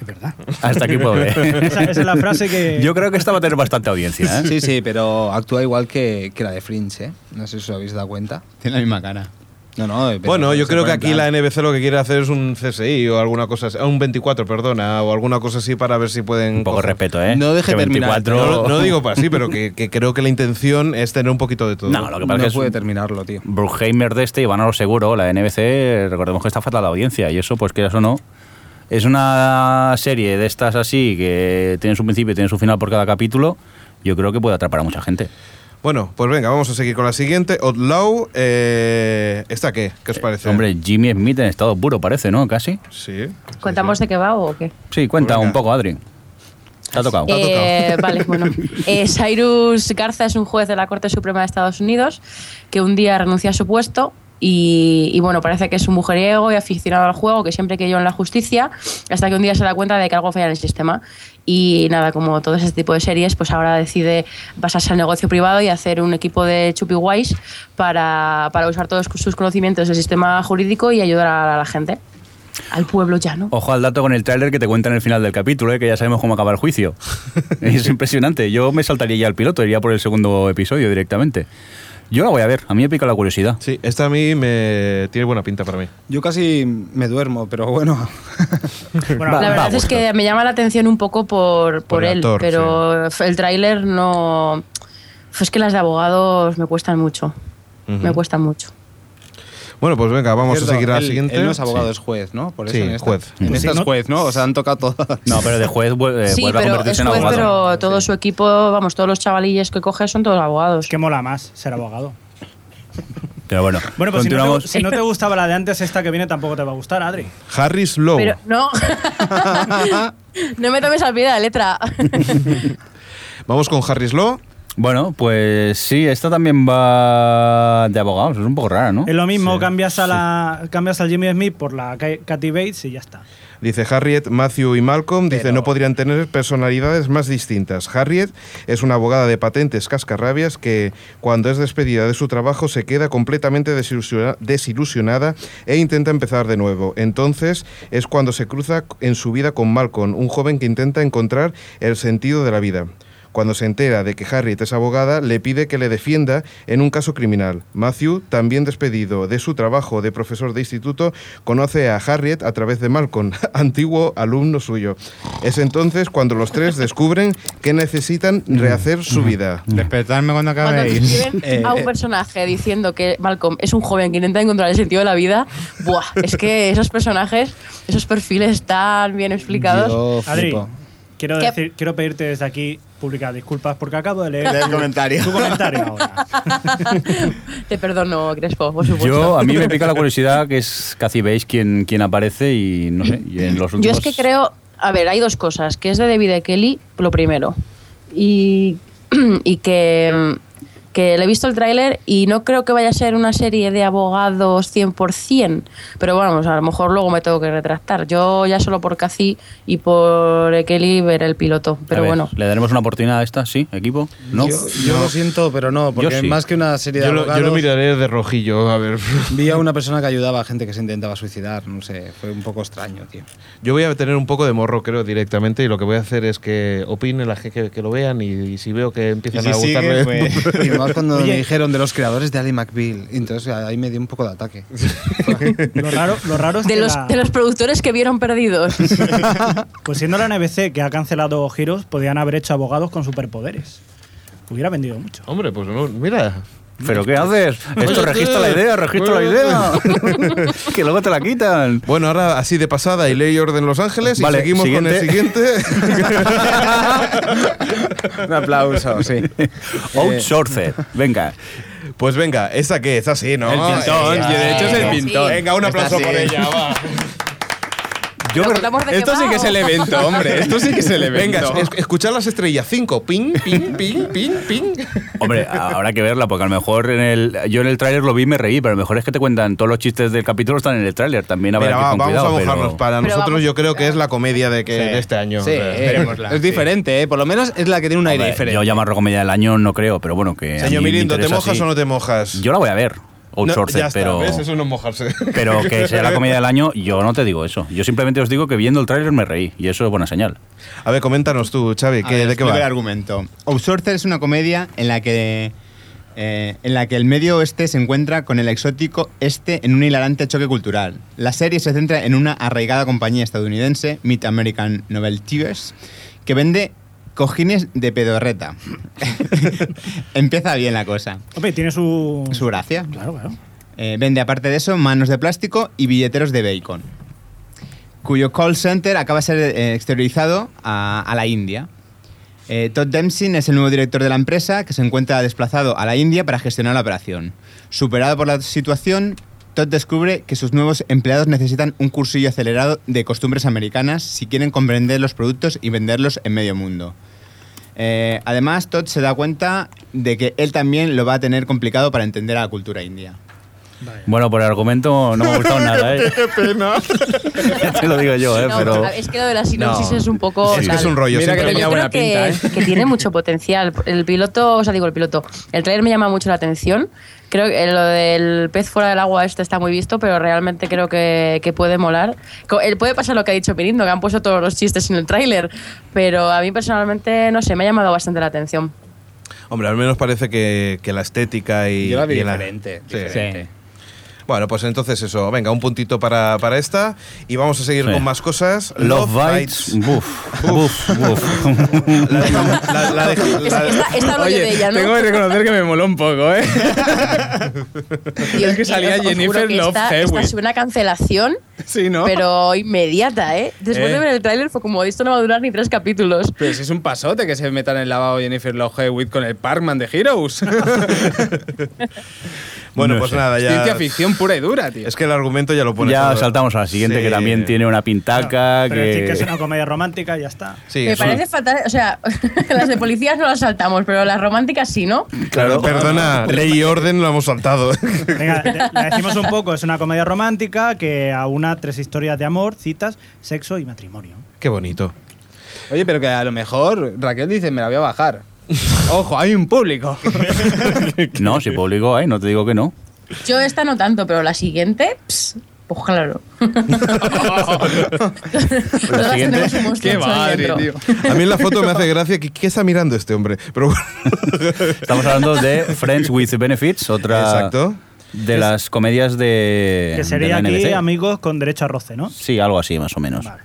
Es verdad. Hasta aquí puedo ver. Esa, esa es la frase que. Yo creo que esta va a tener bastante audiencia. ¿eh? Sí, sí, pero actúa igual que, que la de Fringe, ¿eh? No sé si os habéis dado cuenta. Tiene la misma cara. No, no. pero Bueno, yo pues se creo que pone en aquí la plan- NBC lo que quiere hacer es un CSI o alguna cosa así, un 24, perdona, o alguna cosa así para ver si pueden... Un poco de coger. respeto, ¿eh? No deje Que terminar. 24 No, no digo para sí, pero que, que creo que la intención es tener un poquito de todo. No, lo que pasa no es que puede es terminarlo, tío. Bruckheimer de este y van a lo seguro. La NBC, recordemos que está fatal la audiencia y eso, pues quieras o no, es una serie de estas así que tienen su principio y tienen su final por cada capítulo. Yo creo que puede atrapar a mucha gente. Bueno, pues venga, vamos a seguir con la siguiente. Outlaw, eh, ¿esta qué? ¿Qué os parece? Hombre, Jimmy Smith en estado puro parece, ¿no? Casi. Sí. sí, ¿Contamos sí. de qué va o qué? Sí, cuenta Venga. un poco, Adri. Te ha tocado. Eh, Eh, vale, bueno. Eh, Cyrus Garza es un juez de la Corte Suprema de Estados Unidos que un día renuncia a su puesto y, y, bueno, parece que es un mujeriego y aficionado al juego que siempre creyó en la justicia hasta que un día se da cuenta de que algo falla en el sistema. Y nada, como todo ese tipo de series, pues ahora decide basarse al negocio privado y hacer un equipo de chupiwise para, para usar todos sus conocimientos del sistema jurídico y ayudar a la gente, al pueblo llano. Ojo al dato con el tráiler que te cuentan el final del capítulo, ¿eh? que ya sabemos cómo acaba el juicio. es impresionante. Yo me saltaría ya al piloto, iría por el segundo episodio directamente. Yo la voy a ver, a mí me pica la curiosidad. Sí, esta a mí me tiene buena pinta para mí. Yo casi me duermo, pero bueno. Bueno, Va- La verdad vamos, es que me llama la atención un poco por, por, Por el él, actor, pero f- el tráiler no... f- Es que las de abogados me cuestan mucho, Ujú. me cuestan mucho. Bueno, pues venga, vamos Cierto, a seguir a la él- siguiente. Él no es abogado, Sí. es juez, ¿no? Por eso Sí, en esta, juez. En Pues esta sí, es no- juez, ¿no? O sea, han tocado todas. No, pero de juez vuel- eh, sí, vuelve a pero es convertirse en juez, abogado. pero todo su equipo, vamos, todos los chavalillos que coge son todos abogados. es que mola más ser abogado. Pero bueno, Bueno, pues si no, continuamos. te, si no te gustaba la de antes, esta que viene tampoco te va a gustar, Adri. Harris Lowe. Pero no, no me tomes al pie de la letra. Vamos con Harris Lowe. Bueno, pues sí, esta también va de abogados, es un poco rara, ¿no? Es lo mismo, cambias, a la, cambias al Jimmy Smith por la Ca- Kathy Bates y ya está. Dice Harriet, Matthew y Malcolm. Dice, no podrían tener personalidades más distintas. Harriet es una abogada de patentes cascarrabias que cuando es despedida de su trabajo se queda completamente desilusiona- desilusionada e intenta empezar de nuevo. Entonces es cuando se cruza en su vida con Malcolm, un joven que intenta encontrar el sentido de la vida. Cuando se entera de que Harriet es abogada, le pide que le defienda en un caso criminal. Matthew, también despedido de su trabajo de profesor de instituto, conoce a Harriet a través de Malcolm, antiguo alumno suyo. Es entonces cuando los tres descubren que necesitan Mm. rehacer su vida. Despertadme cuando Cuando acabéis. describen Eh, a un personaje diciendo que Malcolm es un joven que intenta encontrar el sentido de la vida, buah, es que esos personajes, esos perfiles tan bien explicados. Yo Adri, Oh, flipo. quiero, ¿Qué? decir, quiero pedirte desde aquí públicas disculpas porque acabo de leer El comentario. tu comentario ahora. Te perdono, Crespo, por supuesto. Yo, a mí me pica la curiosidad que es Cathy Bates quien, quien aparece y no sé, y en los Yo últimos... es que creo, a ver, hay dos cosas, que es de David Kelly, lo primero, y, y que, que le he visto el tráiler y no creo que vaya a ser una serie de abogados 100%, pero bueno, pues a lo mejor luego me tengo que retractar. Yo ya solo por Cathy y por Kelly veré el piloto, A pero ver, bueno. ¿Le daremos una oportunidad a esta? ¿Sí, equipo? ¿No? Yo, yo lo siento, pero no, porque Yo sí. más que una serie de Yo lo, abogados, yo lo miraré de rojillo, a ver. vi a una persona que ayudaba a gente que se intentaba suicidar, no sé, fue un poco extraño, tío. Yo voy a tener un poco de morro, creo, directamente, y lo que voy a hacer es que opine la gente que, que lo vean y, y si veo que Y empiezan si a sigue, gustarle... pues... Y más cuando Oye. me dijeron de los creadores de Ali McBeal, y entonces ah, ahí me dio un poco de ataque. Lo raro, lo raro es De que los, la- de los productores que vieron perdidos. pues siendo la NBC que ha cancelado giros, podían haber hecho abogados con superpoderes. Hubiera vendido mucho. Hombre, pues no, mira, ¿Pero qué haces? Esto Oye, registra tú. la idea, registra la Oye, idea. que luego te la quitan. Bueno, ahora así de pasada y ley y orden Los Ángeles Vale, y seguimos con el siguiente. un aplauso, sí. Outsourced. Venga. pues venga, ¿esa qué? Esa sí, ¿no? El pintón, Esa. yo de hecho es el Sí. pintón. Venga, un Esta aplauso por sí. ella, va. Yo Lo me- contamos de Esto sí quemado. que es el evento, hombre. Esto sí que es el Venga, evento. es- escuchad las estrellas. Cinco. Ping, ping, ping, ping, ping. Hombre, a- habrá que verla, porque a lo mejor en el, yo en el tráiler lo vi y me reí, pero a lo mejor es que te cuentan todos los chistes del capítulo están en el tráiler. También habrá Mira, que ir va, con vamos a cuidado, mojarnos. pero- Para Pero nosotros vamos- yo creo que es la comedia de, que, Sí. de este año. Sí, O sea, veremosla, es sí. diferente, ¿eh? por lo menos es la que tiene un aire Hombre, diferente. Yo llamarlo comedia del año no creo, pero bueno, que. a Señor mí me Mirindo, ¿te interesa, mojas sí. o no te mojas? Yo la voy a ver, No, Outsourced, ya está, pero. ¿ves? Eso no es mojarse. Pero que sea la comedia del año, yo no te digo eso. Yo simplemente os digo que viendo el tráiler me reí, y eso es buena señal. A ver, coméntanos tú, Xavi, A ¿qué- ver, ¿de qué explico va? el argumento. Outsourcer es una comedia en la que eh, en la que el medio oeste se encuentra con el exótico este en un hilarante choque cultural. La serie se centra en una arraigada compañía estadounidense, Mid American Novelties, que vende cojines de pedorreta. Empieza bien la cosa. Hombre, tiene su. Su gracia. Claro, claro. Ah, Eh, vende aparte de eso manos de plástico y billeteros de bacon, cuyo call center acaba de ser eh, exteriorizado a, a la India. Eh, Todd Dempsey es el nuevo director de la empresa que se encuentra desplazado a la India para gestionar la operación. Superado por la situación, Todd descubre que sus nuevos empleados necesitan un cursillo acelerado de costumbres americanas si quieren comprender los productos y venderlos en medio mundo. Eh, además, Todd se da cuenta de que él también lo va a tener complicado para entender a la cultura india. Bueno, por el argumento no me ha gustado nada, ¿eh? Qué pena. Ya Te lo digo yo, ¿eh? No, Pero... Es que lo de la sinopsis No. es un poco. Es que tal. es un rollo. Mira siempre. que Pero tenía yo buena creo pinta, que, ¿eh? que tiene mucho potencial. El piloto, o sea, digo, el piloto, el trailer me llama mucho la atención. Creo que lo del pez fuera del agua este está muy visto, pero realmente creo que, que puede molar. Co- eh, Puede pasar lo que ha dicho Pirindo, que han puesto todos los chistes en el tráiler, pero a mí personalmente, no sé, me ha llamado bastante la atención. Hombre, al menos parece que, que la estética y. Yo la vi y diferente. Sí. diferente. Bueno, pues entonces eso. Venga, un puntito para, para esta. Y vamos a seguir Sí. con más cosas. Love Bites, buf, buf, buf. La dejamos- la- la dej- la- Esta, esta rollo Oye, de ella, ¿no? tengo que reconocer que me moló un poco, ¿eh? es Dios que mío, salía os juro Jennifer que Love esta, esta Hewitt. es una cancelación, sí, ¿no? pero inmediata, ¿eh? Después Eh. de ver el tráiler fue como, esto no va a durar ni tres capítulos. Pero si es un pasote que se metan en el lavabo Jennifer Love Hewitt con el Parkman de Heroes. Bueno, No pues sé. nada, ya. Ciencia ficción pura y dura, tío. Es que el argumento ya lo pone. Ya todo. saltamos a la siguiente, Sí. que también tiene una pintaca. Pero decir que es que... una comedia romántica y ya está. Sí, Me eso- parece fatal, o sea, las de policías no las saltamos, pero las románticas sí, ¿no? Claro, perdona, ley y orden lo hemos saltado. Venga, le- la decimos un poco, es una comedia romántica que aúna tres historias de amor, citas, sexo y matrimonio. Qué bonito. Oye, pero que a lo mejor Raquel dice, me la voy a bajar. Ojo, hay un público. No, si público hay, no te digo que no. Yo esta no tanto, pero la siguiente, ps, pues claro. Todas siguiente, tenemos un monstruo Qué hecho ahí madre, dentro. tío. A mí en la foto me hace gracia que qué está mirando este hombre. Pero bueno, Estamos hablando de Friends with Benefits, otra Exacto. de las comedias de. que de la sería aquí NBC. amigos con derecho a roce, ¿no? Sí, algo así, más o menos. Vale.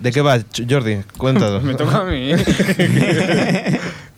¿de qué va, Ch- Jordi? Cuéntanos. Me toca a mí.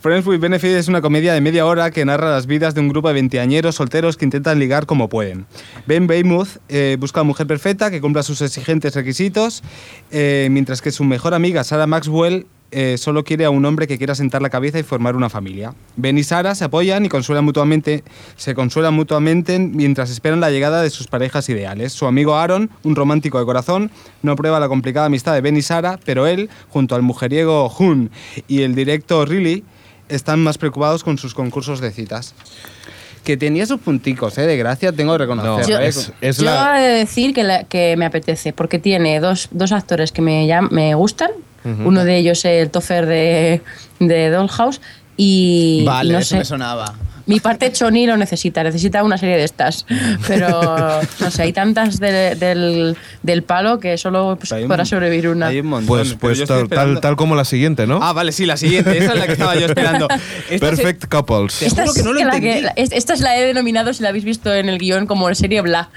Friends with Benefit es una comedia de media hora que narra las vidas de un grupo de veinteañeros solteros que intentan ligar como pueden. Ben Weymouth eh, busca a mujer perfecta que cumpla sus exigentes requisitos, eh, mientras que su mejor amiga, Sarah Maxwell, eh, solo quiere a un hombre que quiera sentar la cabeza y formar una familia. Ben y Sarah se apoyan y consuelan mutuamente, se consuelan mutuamente mientras esperan la llegada de sus parejas ideales. Su amigo Aaron, un romántico de corazón, no prueba la complicada amistad de Ben y Sarah, pero él, junto al mujeriego Hun y el directo Riley, están más preocupados con sus concursos de citas. Que tenía sus punticos, ¿eh? De gracia, tengo que reconocer. Yo- ¿eh? es, es Yo la. he de decir que, la- que me apetece, porque tiene dos, dos actores que me, llam- me gustan. Uno de ellos es el tofer de, de Dollhouse. Y, Vale, y no eso sé, me sonaba. Mi parte Choni lo necesita, necesita una serie de estas. Pero, no sé, hay tantas de- del, del palo que solo pues, Hay un- podrá sobrevivir una. Hay un montón, Pues, pero pues yo estoy tal, tal, esperando- tal como la siguiente, ¿no? Ah, vale, sí, la siguiente. Esa es la que estaba yo esperando. Esta se- Perfect Couples. Te juro es que no lo la entendí. la- es- esta es la he denominado, si la habéis visto en el guión, como serie bla.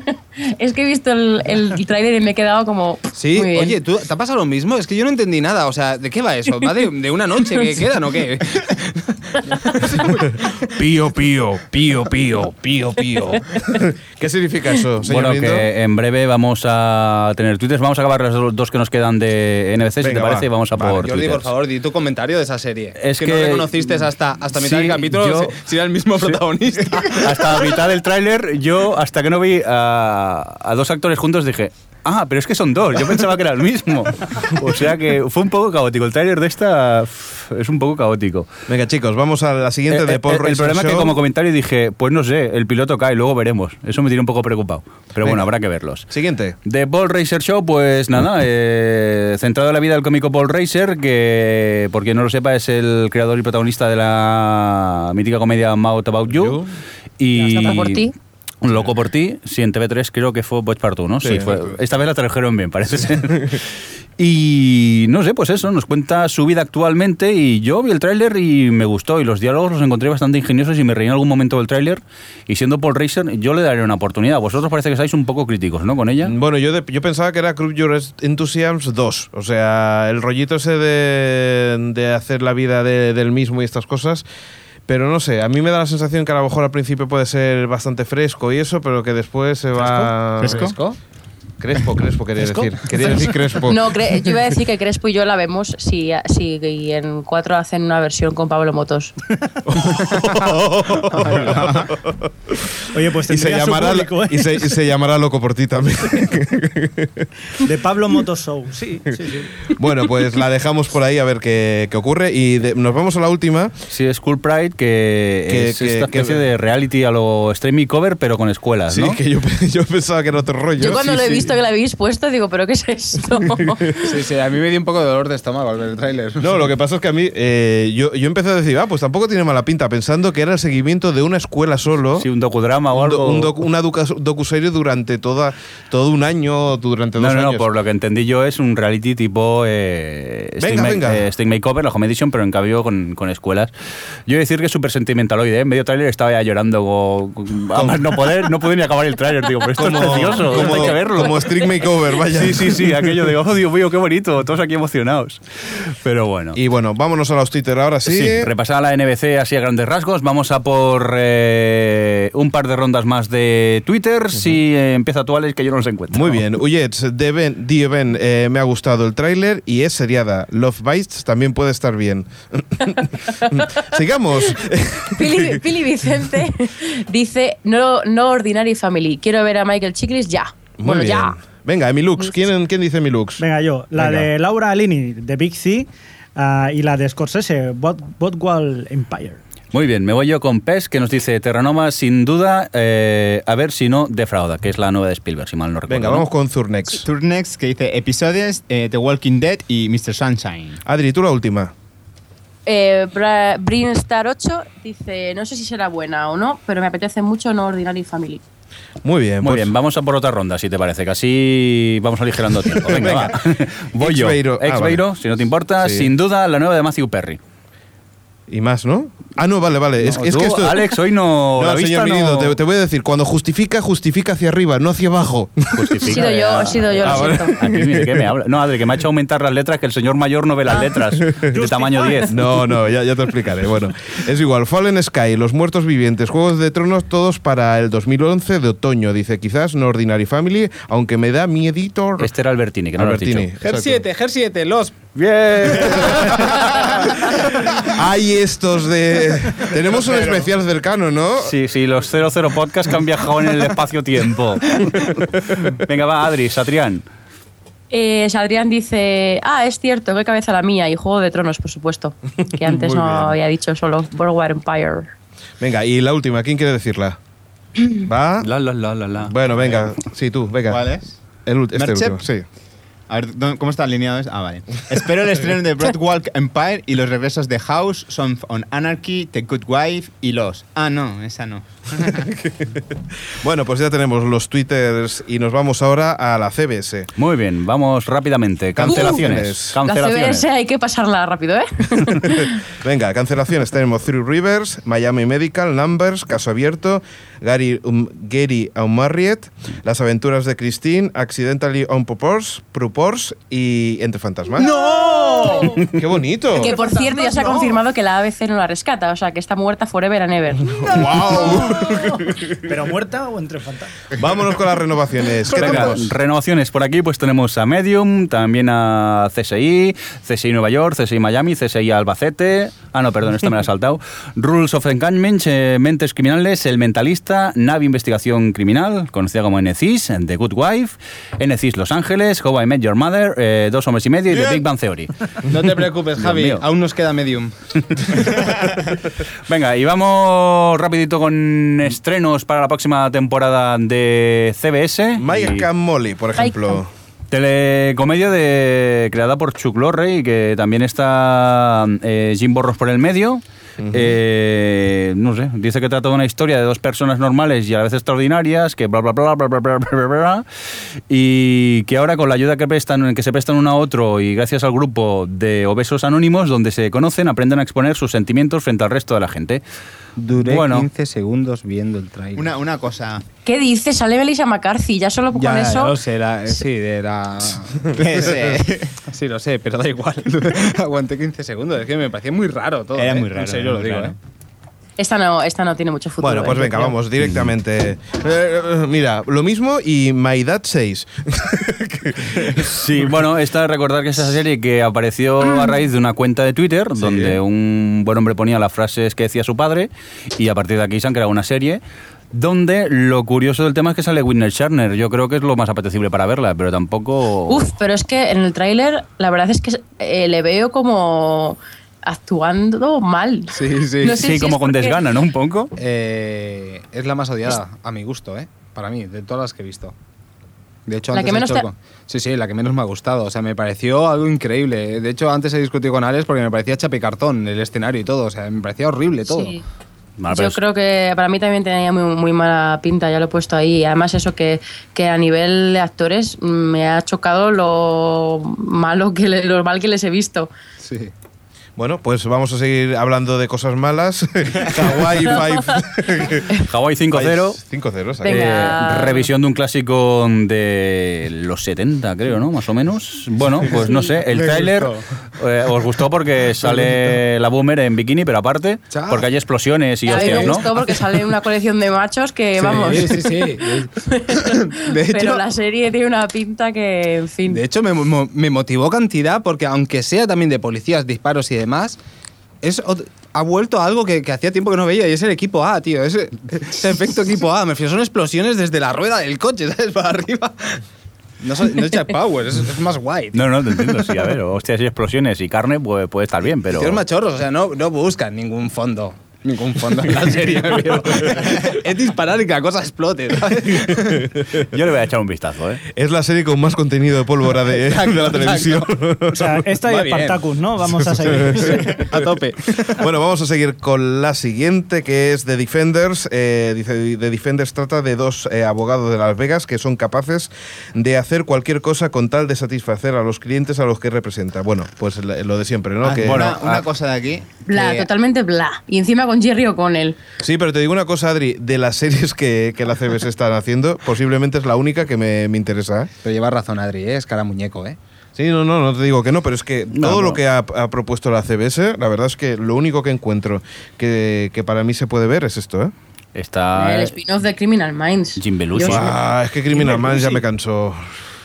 es que he visto el, el tráiler y me he quedado como. Sí, muy bien. oye, ¿tú, ¿te ha pasado lo mismo? Es que yo no entendí nada. O sea, ¿de qué va eso? ¿Va de, de una noche que quedan o qué? Pío, pío, pío, pío, pío, pío. ¿Qué significa eso, señor Bueno, Lindo? que en breve vamos a tener twitters. Vamos a acabar las do- dos que nos quedan de NBC, si Venga, te parece, va. y vamos a Vale, por Jordi, por twitters. favor, di tu comentario de esa serie. Es no que- reconociste hasta, hasta mitad Sí, del capítulo yo- si- si era el mismo protagonista. Hasta mitad del tráiler, yo hasta que no vi a, a dos actores juntos dije, ah, pero es que son dos, yo pensaba que era el mismo. O sea que fue un poco caótico, el tráiler de esta uf, es un poco caótico. Venga, chicos, vamos a la siguiente Eh, de eh, Paul el, Reiser problema es que Show. como comentario dije, pues no sé, el piloto cae, luego veremos. Eso me tiene un poco preocupado. Pero bueno, habrá que verlos. Siguiente. The Ball Racer Show, pues nada, eh, centrado en la vida del cómico Paul Racer, que por quien no lo sepa es el creador y protagonista de la mítica comedia Mouth About You. You. Y Loco por ti. Un loco por ti. Sí, en TV3 creo que fue Boch Partu, ¿no? Sí, Sí, fue- exacto. esta vez la trajeron bien, parece ser. Y no sé, pues eso, nos cuenta su vida actualmente y yo vi el tráiler y me gustó y los diálogos los encontré bastante ingeniosos y me reí en algún momento del tráiler y siendo Paul Racer yo le daré una oportunidad. Vosotros parece que estáis un poco críticos, ¿no? Con ella. Bueno, yo, de- yo pensaba que era Club Your Enthusiasms 2. O sea, el rollito ese de, de hacer la vida de- del mismo y estas cosas. Pero no sé, a mí me da la sensación que a lo mejor al principio puede ser bastante fresco y eso, pero que después se va... ¿Fresco? Crespo, Crespo quería ¿Crespo? decir. Quería decir Crespo. No, cre- yo iba a decir que Crespo y yo la vemos si, si en cuatro hacen una versión con Pablo Motos. Oye, pues y, se tendría su llamará, público, ¿eh? y, se, y se llamará loco por ti también. De Pablo Motoshow, sí, sí, sí. bueno, pues la dejamos por ahí a ver qué, qué ocurre. Y de- nos vamos a la última. Sí, es School Pride, que, Que- es que- esta especie que- de reality a lo Streaming Cover, pero con escuelas, Sí, ¿no? que yo, yo pensaba que era otro rollo. Yo cuando Sí, lo he sí. visto que la habéis puesto, digo, ¿pero qué es esto? Sí, sí, a mí me dio un poco de dolor de estómago al ver el tráiler. No, lo que pasa es que a mí, eh, yo, yo empecé a decir, ah, pues tampoco tiene mala pinta, pensando que era el seguimiento de una escuela solo. Sí, un docudrama o un algo. do- un docu- una duca- docuserie durante toda, todo un año, durante dos no, no, años. no, por lo que entendí yo es un reality tipo eh, Sting Venga, Ma- venga. eh, Sting Makeover, la Home Edition, pero en cambio con, con escuelas. Yo he de decir que es súper sentimentaloide, ¿eh? En medio tráiler estaba ya llorando, go- go- además no poder, no pude ni acabar el tráiler, digo, pero esto es precioso, esto hay que verlo. Como Street Makeover, vaya. Sí, sí, sí, aquello de, oh, Dios mío, qué bonito, todos aquí emocionados. Pero bueno. Y bueno, vámonos a los Twitter ahora sí. ¿eh? Sí, repasada la NBC así a grandes rasgos, vamos a por eh, un par de rondas más de Twitter, si eh, empieza tú, Alex, que yo no los encuentro. Muy bien, Uyets, The Event, The Event, eh, me ha gustado el tráiler y es seriada. Love Bites también puede estar bien. Sigamos. Pili, Pili Vicente dice, no, no Ordinary Family, quiero ver a Michael Chiklis ya. Muy bueno, bien. ya. Venga, mi looks. ¿Quién, ¿Quién dice mi looks? Venga, yo. La Venga. de Laura Alini, de Big C, ah, y la de Scorsese, Bot Botwall Empire. Muy bien, me voy yo con PES, que nos dice Terranoma, sin duda, eh, a ver si no defrauda, que es la nueva de Spielberg, si mal no recuerdo. Venga, ¿no? vamos con Zurnex. Turnex que dice episodios eh, The Walking Dead y Mr. Sunshine. Adri, tú la última. Eh, Bra- Brin Star 8 dice, no sé si será buena o no, pero me apetece mucho no Ordinary Family. Muy bien. Muy pues- bien, vamos a por otra ronda, si te parece, que así vamos aligerando tiempo. Venga, va. Voy yo. Ex-Beiro. Ah, Ex Beiro, vale. si no te importa, Sí. sin duda, la nueva de Matthew Perry. Y más, ¿no? Ah, no, vale, vale. es, No, es tú, que esto. Alex, hoy no... No, la vista señor Mirindo, no... te, te voy a decir, cuando justifica, justifica hacia arriba, no hacia abajo. He sido yo, he sido yo, lo Ah, vale. siento. Aquí me dice, ¿qué me habla? No, Adri, que me ha hecho aumentar las letras, que el señor mayor no ve las letras, de tamaño 10. No, no, ya, ya te explicaré. Bueno, es igual. Fallen Sky, Los Muertos Vivientes, Juegos de Tronos, todos para el 2011 de otoño. Dice, quizás no Ordinary Family, aunque me da miedito. Este era Albertini, que no lo Albertini, has dicho. exacto. GER7, los. Hay estos de. Tenemos un especial cercano, ¿no? Sí, sí, los 00 podcast que han viajado en el espacio-tiempo. Venga, va, Adri, Satrián. Eh, Adrián dice, ah, es cierto, qué cabeza la mía, y Juego de Tronos, por supuesto, que antes Muy no bien. había dicho solo Borwar Empire. Venga, y la última, ¿quién quiere decirla? ¿Va? La, la, la, la, la. Bueno, venga, sí, tú, venga. ¿Cuál es? El, ult- este Merchep. último, eh, sí. A ver, ¿dó- ¿cómo está alineado? es? Ah, vale. Espero el estreno de Broadwalk Empire y los regresos de House, Son on Anarchy, The Good Wife y Los. Ah, no, esa no. Bueno, pues ya tenemos los twitters y nos vamos ahora a la CBS. Muy bien, vamos rápidamente. Cancelaciones. Uh, La cancelaciones. CBS hay que pasarla rápido, ¿eh? Venga, cancelaciones. Tenemos Three Rivers, Miami Medical, Numbers, Caso Abierto, Gary, um, Gary Unmarried, Las aventuras de Christine, Accidentally on Purpose, Propors y Entre fantasmas. ¡No! ¡Qué bonito! que por cierto ya se ha confirmado que la ABC no la rescata, o sea, que está muerta forever and ever. ¿Pero muerta o entre fantasmas? Vámonos con las renovaciones. ¿Qué Venga, tenemos? renovaciones por aquí, pues tenemos a Medium, también a CSI, CSI Nueva York, CSI Miami, CSI Albacete. Ah, no, perdón, esto me la he saltado. Rules of Engagement, eh, Mentes Criminales, El Mentalista, Navi Investigación Criminal, conocida como NCIS, The Good Wife, NCIS Los Ángeles, How I Met Your Mother, eh, Dos Hombres y Medio y The Big Bang Theory. No te preocupes, Javi, mío. aún nos queda medium. Venga, y vamos rapidito con estrenos para la próxima temporada de CBS. Mike Y- Can Molly, por ejemplo. Telecomedia de, creada por Chuck Lorre y que también está eh, Jim Borros por el medio. Eh, no sé, dice que trata de una historia de dos personas normales y a la vez extraordinarias, que bla bla bla bla bla bla bla bla, bla, bla, y que ahora con la ayuda que prestan, que se prestan uno a otro y gracias al grupo de obesos anónimos donde se conocen, aprenden a exponer sus sentimientos frente al resto de la gente. Duré Bueno. 15 segundos viendo el tráiler. Una, una cosa. ¿Qué dices? Sale Melissa McCarthy, ya solo con ya, ya eso. lo sé, la- eh, sí, era... Ese. sí, lo sé, pero da igual. Aguanté 15 segundos, es que me parecía muy raro todo. Era ¿eh? muy raro, En serio era lo muy digo, raro. ¿eh? Esta no, esta no tiene mucho futuro. Bueno, pues eh, venga, yo creo. vamos directamente. Eh, eh, mira, lo mismo y My Dad 6. Sí, bueno, esta recordar que es esa serie que apareció a raíz de una cuenta de Twitter donde un buen hombre ponía las frases que decía su padre y a partir de aquí se han creado una serie donde lo curioso del tema es que sale Winner Sharner. Yo creo que es lo más apetecible para verla, pero tampoco... Uf, pero es que en el tráiler la verdad es que eh, le veo como actuando mal. Sí, sí. No sé sí, si como es con porque- desgana, ¿no? Un poco. Eh, es la más odiada, a mi gusto, ¿eh? Para mí, de todas las que he visto. De hecho, La antes que he menos dicho te- con- Sí, sí, la que menos me ha gustado. O sea, me pareció algo increíble. De hecho, antes he discutido con Alex porque me parecía chapecartón el escenario y todo. O sea, me parecía horrible todo. Sí. Vale, pues, Yo pero es- creo que para mí también tenía muy, muy mala pinta, ya lo he puesto ahí. Además, eso que, que a nivel de actores mm, me ha chocado lo malo que le- lo mal que les he visto. Sí. Bueno, pues vamos a seguir hablando de cosas malas. Hawaii 5. Hawaii 5-0, 5-0. exacto. Venga. Eh, revisión de un clásico de los 70, creo, ¿no? Más o menos. Bueno, pues no sé. El Me tráiler gustó. eh, os gustó porque sale la boomer en bikini, pero aparte, Chao. porque hay explosiones y a mí hostias, me ¿no? gustó porque sale una colección de machos que, vamos, Sí, sí, sí. De hecho, pero la serie tiene una pinta que, en fin. De hecho, me, mo- me motivó cantidad porque aunque sea también de policías, disparos y demás, es ot- ha vuelto a algo que, que hacía tiempo que no veía y es el equipo A, tío. Es el efecto equipo A. Me refiero, son explosiones desde la rueda del coche, ¿sabes? Para arriba. No, so- no es Jack Power, es, es más guay. No, no, te entiendo, sí, a ver, hostias y explosiones y carne pues, puede estar bien, pero... Tíos machorros, o sea, no, no buscan ningún fondo. Ningún fondo en la serie, me refiero. Es disparar y que la cosa explote, ¿sabes? Yo le voy a echar un vistazo, ¿eh? Es la serie con más contenido de pólvora de, de la televisión. O sea, esta Va y bien. Spartacus, ¿no? Vamos a seguir. A tope. Bueno, vamos a seguir con la siguiente, que es The Defenders. Eh, dice, The Defenders trata de dos eh, abogados de Las Vegas que son capaces de hacer cualquier cosa con tal de satisfacer a los clientes a los que representa. Bueno, pues la- lo de siempre, ¿no? Ah, Que- una, bueno, una ah. cosa de aquí. Bla, que- totalmente bla. Y encima con Jerry O'Connell. Sí, pero te digo una cosa, Adri, de las series que, que la CBS están haciendo, posiblemente es la única que me, me interesa. ¿eh? Pero lleva razón Adri, ¿eh? es cara muñeco, ¿eh? Sí, no, no, no te digo que no, pero es que No, todo no. lo que ha, ha propuesto la CBS, la verdad es que lo único que encuentro que, que para mí se puede ver es esto, ¿eh? Está... el spin-off de Criminal Minds. Jim Belushi. Dios, Ah, es que Criminal Minds ya me cansó.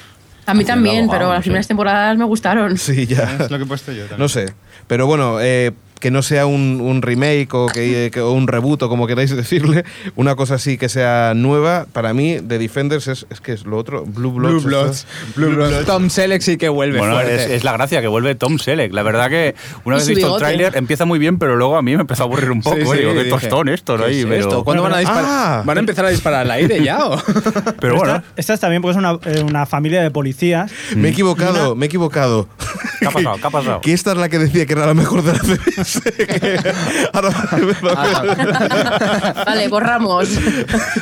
a mí también, abogado, pero no las sé. primeras temporadas me gustaron. Sí, ya. Es lo que he puesto yo también. No sé. Pero bueno, eh, que no sea un, un remake o, que, que- o un reboot o como queráis decirle, una cosa así que sea nueva, para mí, de Defenders es, es que es lo otro, Blue Bloods. esto. Blue Bloods. Tom Selleck sí que vuelve Bueno, fuerte. es, es la gracia que vuelve Tom Selleck. La verdad que una Y vez su visto el bigote. tráiler empieza muy bien, pero luego a mí me empezó a aburrir un poco. Sí, sí, digo, qué dije, tostón esto, ¿no? ¿qué Ahí, es pero- esto? ¿Cuándo van a disparar? Ah. ¿Van a empezar a disparar al aire ya o...? pero bueno, Esta, esta está bien porque es una, eh, una familia de policías. Me he equivocado, me he equivocado. ¿qué ha pasado? ¿Qué ha pasado? Que esta es la que decía que era la mejor de la CBS. Ahora Ah, Vale, borramos.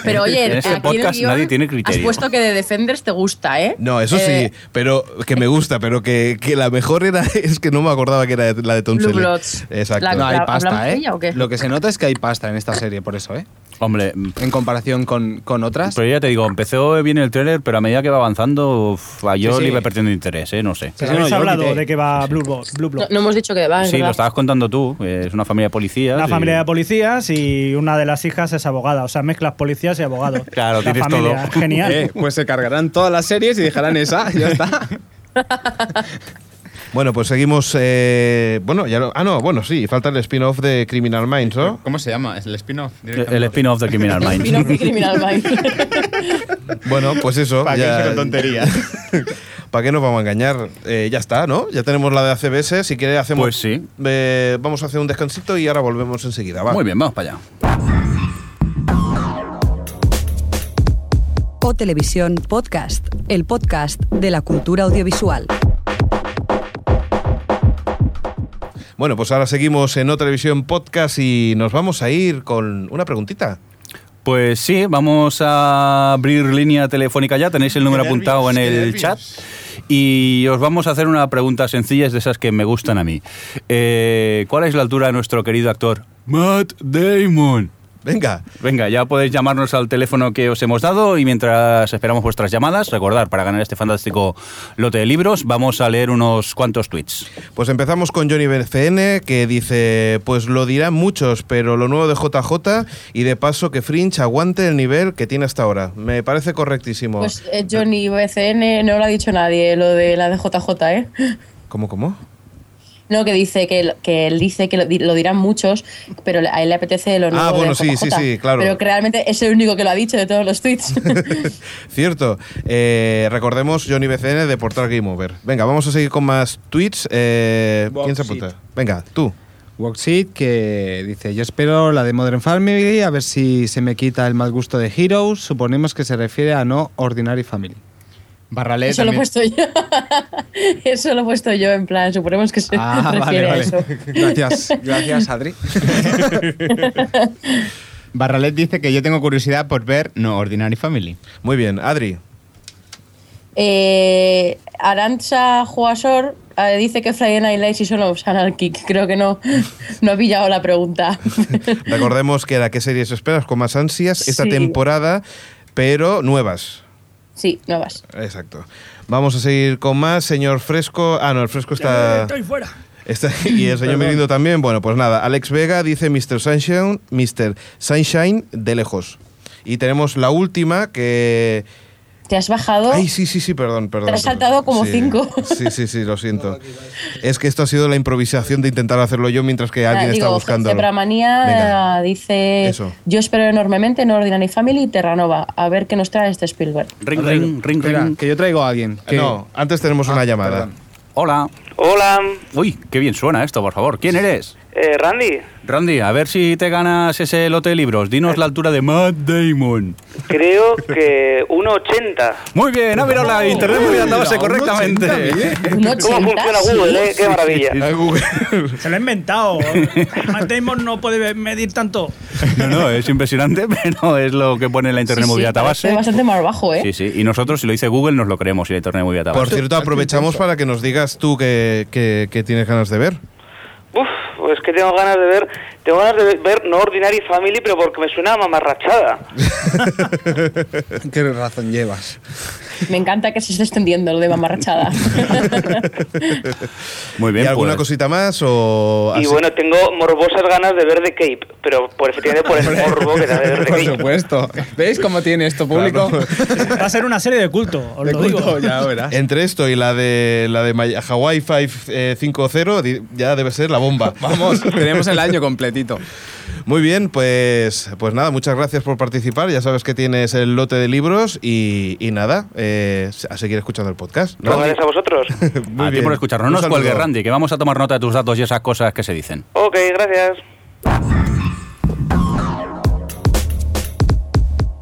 Pero oye, En este aquí en el podcast guión nadie tiene criterio. Has puesto que de Defenders te gusta, ¿eh? No, eso Eh, sí, pero que me gusta, pero que, que la mejor era es que no me acordaba que era la de Tom Blue Selleck. Bloods. Exacto. La- No, hay ¿Habla- hablamos pasta, de ¿eh? ella o qué? Lo que se nota es que hay pasta en esta serie, por eso, ¿eh? Hombre, En comparación con, con otras. pero ya te digo, empezó bien el tráiler, pero a medida que va avanzando, uf, a yo Sí, sí. le iba perdiendo interés, ¿eh? No sé. Sí, Pero sí, no, yo habéis lo hablado quité. de que va Blue Blood. Blue Blood. No, no hemos dicho que va, es Sí, lo verdad. estabas contando tú. eh, Es una familia de policías. Una y- familia de policías y una de las hijas es abogada. O sea, mezclas policías y abogados. Claro, La tienes familia, todo. Genial. Eh, pues se cargarán todas las series y dejarán esa, ya está. Bueno, pues seguimos. eh, bueno, ya lo- Ah, no, bueno, sí, falta el spin-off de Criminal Minds, ¿no? ¿Cómo se llama? ¿Es el spin-off? El el spin-off de Criminal Spin-off de Minds. Criminal Minds. Bueno, pues eso. Para que ya- irse con tonterías. ¿Para qué nos vamos a engañar? Eh, ya está, ¿no? Ya tenemos la de ACBS. Si quiere, hacemos. Pues sí. eh, vamos a hacer un descansito y ahora volvemos enseguida. Va. Muy bien, vamos para allá. O Televisión Podcast, el podcast de la cultura audiovisual. Bueno, pues ahora seguimos en O Televisión Podcast y nos vamos a ir con una preguntita. Pues sí, vamos a abrir línea telefónica ya. Tenéis el número Qué nervios, apuntado en qué el nervios. chat. Y os vamos a hacer una pregunta sencilla, es de esas que me gustan a mí. Eh, ¿Cuál es la altura de nuestro querido actor Matt Damon? Venga. Venga, ya podéis llamarnos al teléfono que os hemos dado y mientras esperamos vuestras llamadas, recordar, para ganar este fantástico lote de libros, vamos a leer unos cuantos tweets. Pues empezamos con Johnny BCN, que dice, pues lo dirán muchos, pero lo nuevo de JJ y de paso que Fringe aguante el nivel que tiene hasta ahora. Me parece correctísimo. Pues eh, Johnny BCN no lo ha dicho nadie, lo de la de JJ, ¿eh? ¿Cómo, cómo? No, que dice que, que él dice que lo, di- lo dirán muchos, pero a él le apetece lo nuevo de Ah, bueno, sí, JJ, sí, sí, claro. Pero que realmente es el único que lo ha dicho de todos los tweets. Cierto. Eh, recordemos Johnny BCN de Portal Game Over. Venga, vamos a seguir con más tweets. Eh, ¿Quién se apunta? Venga, tú. Worksheet que dice, yo espero la de Modern Family, a ver si se me quita el mal gusto de Heroes, suponemos que se refiere a no Ordinary Family. Barralé eso lo he también. puesto yo. eso lo he puesto yo, en plan, suponemos que se Ah, refiere a eso. Ah, Gracias, gracias Adri. Barralet dice que yo tengo curiosidad por ver No Ordinary Family. Muy bien, Adri. Eh, Arancha Juasor eh, dice que Friday Night Lights y Son of Anarchy. Creo que no, no ha pillado la pregunta. Recordemos que era qué series esperas con más ansias esta Sí. temporada, pero nuevas. sí, nuevas. Exacto. Vamos a seguir con más. Señor Fresco. Ah, no, el Fresco está. Eh, Estoy fuera. está- y el señor Mirindo también. Bueno, pues nada. Alex Vega dice Mr. Sunshine, Mr. Sunshine de lejos. Y tenemos la última que. ¿Te has bajado? Ay, sí, sí, sí, perdón, perdón. Oh. Te has perdón. saltado como Sí, cinco. Sí, sí, sí, lo siento. Es que esto ha sido la improvisación de intentar hacerlo yo mientras que Ah, alguien está digo, buscando. Zebramanía, Venga. eh, dice: Eso. Yo espero enormemente No Ordinary Family y Terranova. A ver qué nos trae este Spielberg. Ring, ring, ring, Espera, ring. que yo traigo a alguien. que- No, antes tenemos una llamada. perdón. Hola. Hola, Uy, qué bien suena esto, por favor. ¿Quién eres? eh, Randy. Randy, a ver si te ganas ese lote de libros. Dinos la altura de Matt Damon. Creo que 1,80. Muy bien, ha mirado la internet, muy bien, dándose correctamente. Un 80, ¿Cómo funciona sí. Google? eh? ¡Qué maravilla! Se lo he inventado. Matt Damon no puede medir tanto. No, no, es impresionante, pero es lo que pone la internet Sí, muy sí, bien a parece base. bastante más bajo, ¿eh? Sí, sí, y nosotros si lo dice Google nos lo creemos y la internet muy bien a Por base. cierto, aprovechamos para que nos digas tú que, que- que tienes ganas de ver. Uf, pues que tengo ganas de ver, tengo ganas de ver No Ordinary Family, pero porque me suena a mamarrachada. ¿Qué razón llevas? Me encanta que se esté extendiendo lo de mamarrachada. Muy ¿Y bien, alguna pues. cosita más o Y Ah, así? bueno, tengo morbosas ganas de ver The Cape, pero por efectivamente por el morbo que da de ver The Por Cape. supuesto. ¿Veis cómo tiene esto público? Va a ser una serie de culto, os De lo culto, digo. ya verás. Ah, Entre esto y la de la de Maya- Hawaii 550 di- ya debe ser la bomba. Vamos, tenemos el año completito. Muy bien, pues, pues nada, muchas gracias por participar. Ya sabes que tienes el lote de libros y, y nada, eh, a seguir escuchando el podcast. No, gracias a vosotros. Muy a ti bien. por escucharnos. No Un nos cuelgues, saludo. Randy, que vamos a tomar nota de tus datos y esas cosas que se dicen. Ok, gracias.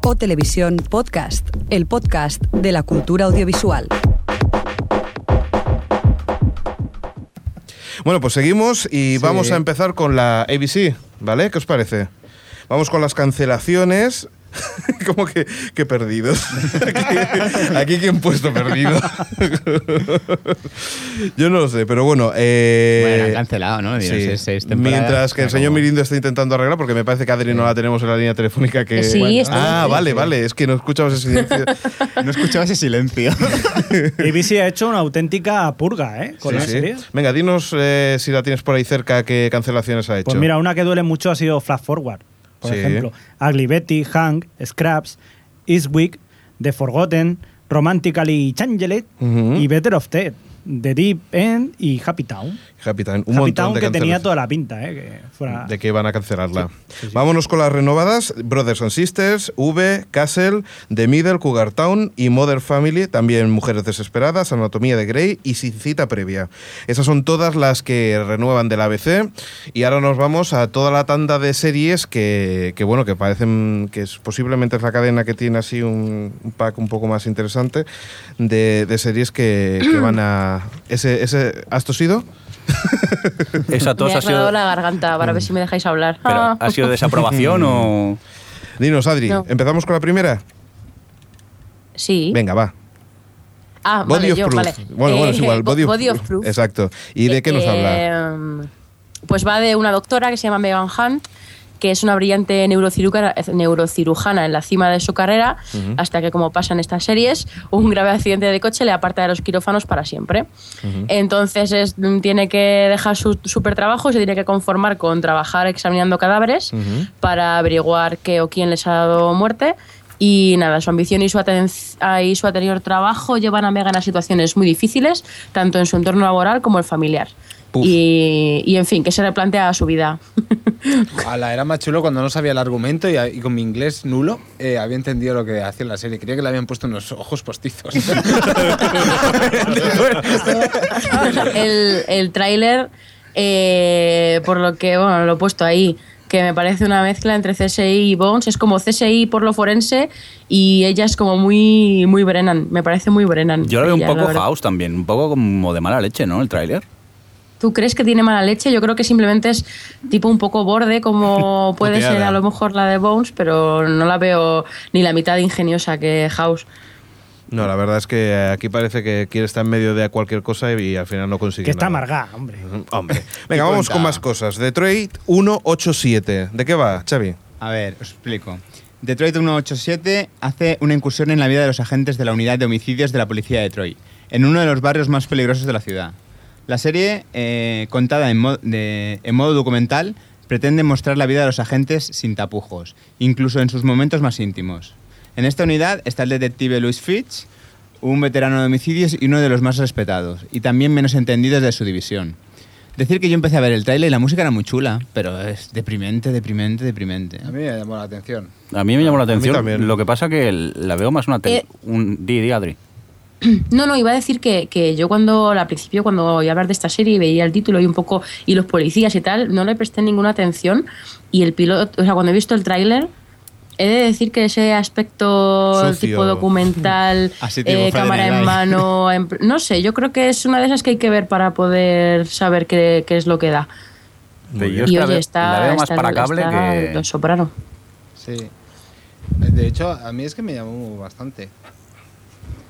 O Televisión Podcast, el podcast de la cultura audiovisual. Bueno, pues seguimos y vamos a empezar con la ABC, ¿vale? ¿Qué os parece? Vamos con las cancelaciones. Como que, que perdidos. aquí, aquí quién puesto perdido. Yo no lo sé, pero bueno. eh, Bueno, han cancelado, ¿no? Digo, sí. seis- seis temporadas, Mientras que el o sea, señor como- Mirindo está intentando arreglar, porque me parece que Adri no la tenemos en la línea telefónica que. Sí, Bueno. está. Ah, vale, vale. Es que no escuchamos ese silencio. No escuchaba ese silencio. ABC ha hecho una auténtica purga, ¿eh? Con Sí, la sí. serie. Venga, dinos eh, si la tienes por ahí cerca, qué cancelaciones ha hecho. Pues mira, una que duele mucho ha sido Flash Forward, por Sí. ejemplo. Ugly Betty, Hank, Scraps, Eastwick, The Forgotten, Romantically Changelet Ujú. y Better of Ted, The Deep End y Happy Town. Happy Town, un Happy montón Town de que tenía cancelaciones. toda la pinta, ¿eh? Que fuera... de que van a cancelarla. Vámonos con las renovadas. Brothers and Sisters, V, Castle, The Middle, Cougar Town y Mother Family, también Mujeres Desesperadas, Anatomía de Grey y Sin Cita Previa. Esas son todas las que renuevan del ABC. Y ahora nos vamos a toda la tanda de series que, que, bueno, que parecen que es posiblemente es la cadena que tiene así un, un pack un poco más interesante de, de series que, que van a... Ese, ese, ¿Has tosido? Esa tos me ha ha sido... dado la garganta para ver Mm. si me dejáis hablar. ¿Pero Ah. ha sido desaprobación o...? Dinos, Adri, No. ¿empezamos con la primera? Sí. Venga, va. Ah, Body vale, of yo, Proof. vale. Bueno, bueno, es Eh, igual. bo- Body, of Proof. mm, Exacto. ¿Y de qué nos habla? Eh, Pues va de una doctora que se llama Megan Hunt que es una brillante neurocirujana, eh, neurocirujana en la cima de su carrera, hasta que, como pasa en estas series, un grave accidente de coche le aparta de los quirófanos para siempre. Entonces es- mm, tiene que dejar su super trabajo y se tiene que conformar con trabajar examinando cadáveres para averiguar qué o quién les ha dado muerte. Y nada, su ambición y su, aten- ah, y su anterior trabajo llevan a Megan a situaciones muy difíciles, tanto en su entorno laboral como el familiar. Puf. Y, y, en fin, que se replantea su vida. Ala, era más chulo cuando no sabía el argumento y, y con mi inglés nulo eh, había entendido lo que hacía en la serie. Creía que le habían puesto unos ojos postizos. el el tráiler, eh, por lo que, bueno, lo he puesto ahí, que me parece una mezcla entre CSI y Bones. Es como CSI por lo forense y ella es como muy, muy Brennan. Me parece muy Brennan. Yo lo veo un Ella, poco la verdad. House también, un poco como de mala leche, ¿no? El tráiler. ¿Tú crees que tiene mala leche? Yo creo que simplemente es tipo un poco borde, como puede Puteada. ser a lo mejor la de Bones, pero no la veo ni la mitad de ingeniosa que House. No, la verdad es que aquí parece que quiere estar en medio de cualquier cosa y al final no consigue Que está nada. amargada, hombre. Hombre. Venga, vamos cuenta. con más cosas. Detroit 187. ¿De qué va, Xavi? A ver, os explico. Detroit 187 hace una incursión en la vida de los agentes de la unidad de homicidios de la policía de Detroit, en uno de los barrios más peligrosos de la ciudad. La serie, eh, contada en, mo- de- en modo documental, pretende mostrar la vida de los agentes sin tapujos, incluso en sus momentos más íntimos. En esta unidad está el detective Louis Fitch, un veterano de homicidios y uno de los más respetados, y también menos entendidos de su división. Decir que yo empecé a ver el tráiler y la música era muy chula, pero es deprimente, deprimente, deprimente. A mí me llamó la atención. A mí me llamó la atención. también. Lo que pasa que el- la veo más una tele. Eh. un, di, di, Adri. No, no, iba a decir que, que yo cuando al principio, cuando oí hablar de esta serie y veía el título y un poco, y los policías y tal, no le presté ninguna atención. Y el piloto, o sea, cuando he visto el tráiler, he de decir que ese aspecto Sucio. tipo documental, Así tipo eh, Friday cámara en Night. mano, en- no sé, yo creo que es una de esas que hay que ver para poder saber qué, qué es lo que da. Yo es que y la oye, veo- está, la veo más está- para cable está que. Los Soprano. Sí. De hecho, a mí es que me llamó bastante.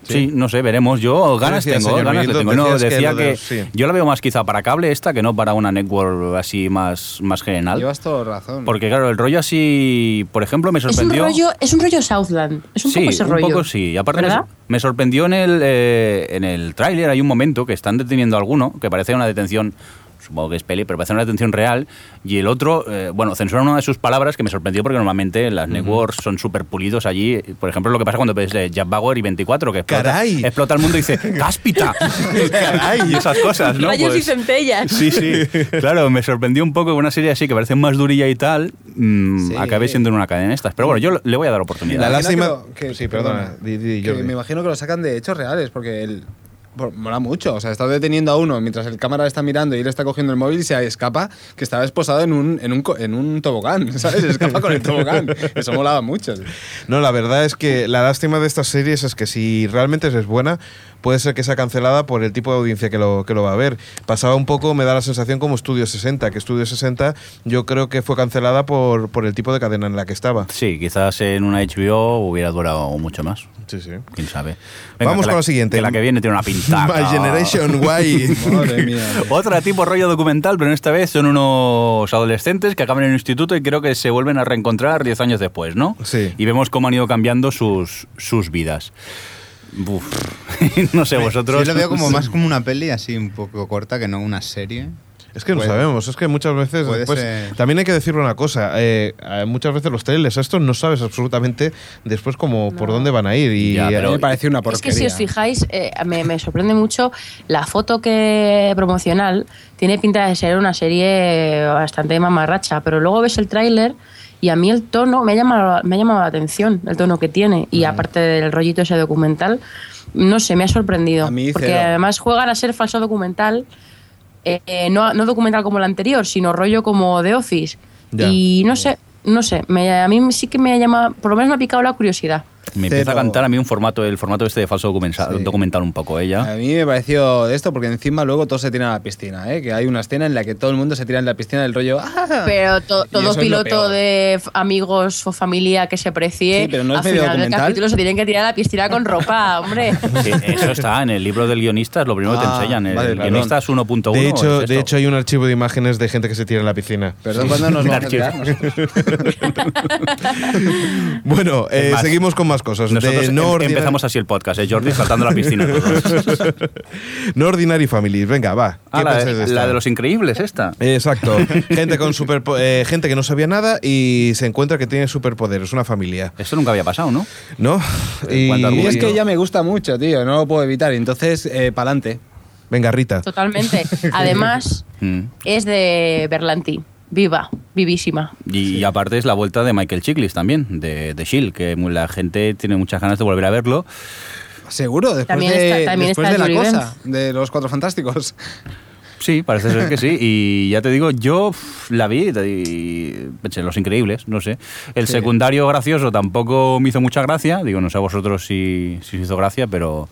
Sí, no sé, veremos. Yo ganas decías, tengo, señor ganas le Benito? tengo. No, Decías que decía lo que, de los- sí. yo la veo más quizá para cable esta que no para una network así más, más general. Llevas todo razón. Porque claro, el rollo así, por ejemplo, me Es un, sorprendió. rollo, es un rollo Southland, es un sí, poco ese rollo. un poco sí. Y aparte me, ¿verdad? me sorprendió en el, eh, en el tráiler, hay un momento que están deteniendo a alguno, que parece una detención, supongo que es peli, pero parece una detención real, y el otro, eh, bueno, censura una de sus palabras que me sorprendió porque normalmente las networks son súper pulidos allí. Por ejemplo, lo que pasa cuando ves eh, Jack Bauer y 24, que explota, Caray. explota el mundo y dice, ¡cáspita! ¡Caray! Y esas cosas, ¿no? Rayos y Pues- centellas. Sí, sí. Claro, me sorprendió un poco que una serie así que parece más durilla y tal, mm, Sí. acabe siendo en una cadena de estas. Pero bueno, yo le voy a dar oportunidad. La Me lástima- imagino que lo- Sí, perdona, di- di, que Jordi. me imagino que lo sacan de hechos reales, porque él. por- mola mucho. O sea, está deteniendo a uno mientras el cámara está mirando y él está cogiendo el móvil y se escapa, que estaba esposado en un, en un, co- en un tobogán, ¿sabes? Se escapa con el tobogán. Eso molaba mucho. No, la verdad es que la lástima de estas series es que si realmente es buena, puede ser que sea cancelada por el tipo de audiencia que lo, que lo va a ver. Pasaba un poco, me da la sensación como Studio 60, que Studio 60 yo creo que fue cancelada por, por el tipo de cadena en la que estaba. Sí, quizás en una HBO hubiera durado mucho más. Sí, sí. Quién sabe. Vamos que con lo siguiente. que la que viene tiene una pinta. My Generation Madre Y. mía. Otra tipo rollo documental, pero en esta vez son unos adolescentes que acaban en el instituto y creo que se vuelven a reencontrar 10 años después, ¿no? Sí. Y vemos cómo han ido cambiando sus, sus vidas. Uf. no sé, vosotros. Yo lo veo como más como una peli así un poco corta que no una serie. Es que no Puede- sabemos, es que muchas veces puede después- ser. También hay que decirle una cosa, eh, eh, muchas veces los trailers estos no sabes absolutamente después como por dónde van a ir. Y Ya, A mí pero- me parece una porquería. Es que si os fijáis, eh, me, me sorprende mucho la foto que promocional tiene pinta de ser una serie bastante mamarracha, pero luego ves el tráiler y a mí el tono me ha llamado, me ha llamado la atención, el tono que tiene y aparte del rollito ese documental, no sé, me ha sorprendido A mí porque cero. además juegan a ser falso documental. eh, eh, no, no documental como el anterior, sino rollo como The Office. Ya. Y no sé, no sé, me- a mí sí que me ha llamado, por lo menos me ha picado la curiosidad. Me empieza a Cero. cantar a mí un formato, el formato este de falso documental, Sí. documental un poco, ¿eh? A Eh. ella. mí me pareció de esto porque encima luego todos se tiran a la piscina, ¿eh? Que hay una escena en la que todo el mundo se tira en la piscina del rollo. ¡Ah! Pero to- Y eso todo es lo piloto peor. de f- amigos o familia que se precie, Sí, pero no es al medio final del documental. capítulo se tienen que tirar a la piscina con ropa, hombre. Sí, eso está en el libro del guionista, es lo primero que te Ah, enseñan. El vale, perdón. guionista es 1.1. De es hecho, esto. de hecho, hay un archivo de imágenes de gente que se tira en la piscina. Perdón, ¿cuándo nos vamos a tirar? nosotros? Bueno, eh, más, seguimos con más cosas. De Nosotros em- no ordinar- empezamos así el podcast, ¿eh? Jordi saltando a la piscina. No Ordinary Families, venga, va. ¿Qué Ah, la, pensáis de esta? la de los increíbles, esta. Exacto. gente con super eh, gente que no sabía nada y se encuentra que tiene superpoderes, una familia, Esto nunca había pasado, ¿no? ¿no? Eh, cuando Y es Bueno. que ya me gusta mucho, tío, no lo puedo evitar. Entonces, eh, pa'lante. Venga, Rita. Totalmente. Además, Mm. es de Berlanti. Viva, vivísima. Y, y aparte es la vuelta de Michael Chiklis también, de, de Shield, que mu- la gente tiene muchas ganas de volver a verlo. Seguro, después También de, está- también después está de la Yuri cosa, de los cuatro fantásticos. Sí, parece ser que sí. Y ya te digo, yo uf, la vi y pensé, Los Increíbles, no sé. El Sí. secundario gracioso tampoco me hizo mucha gracia. Digo, no sé a vosotros si, si os hizo gracia, pero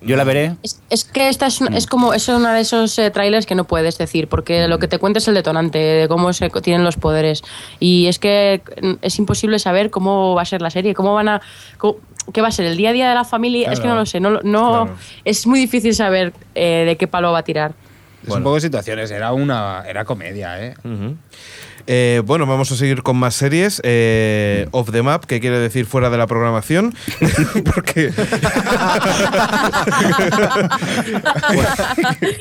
yo la veré. Es, es que esta es, Mm. una- es como es uno de esos eh, trailers que no puedes decir, porque lo que te cuenta es el detonante de cómo se co- tienen los poderes. Y es que mm, es imposible saber cómo va a ser la serie, cómo van a. co- ¿Qué va a ser? ¿El día a día de la familia? Es que no Claro. lo sé. No, lo- no, Es muy difícil saber eh, de qué palo va a tirar. Es un poco de situaciones, era una era comedia, ¿eh? Ujú. Eh, bueno, vamos a seguir con más series. eh, Off the Map, que quiere decir fuera de la programación. porque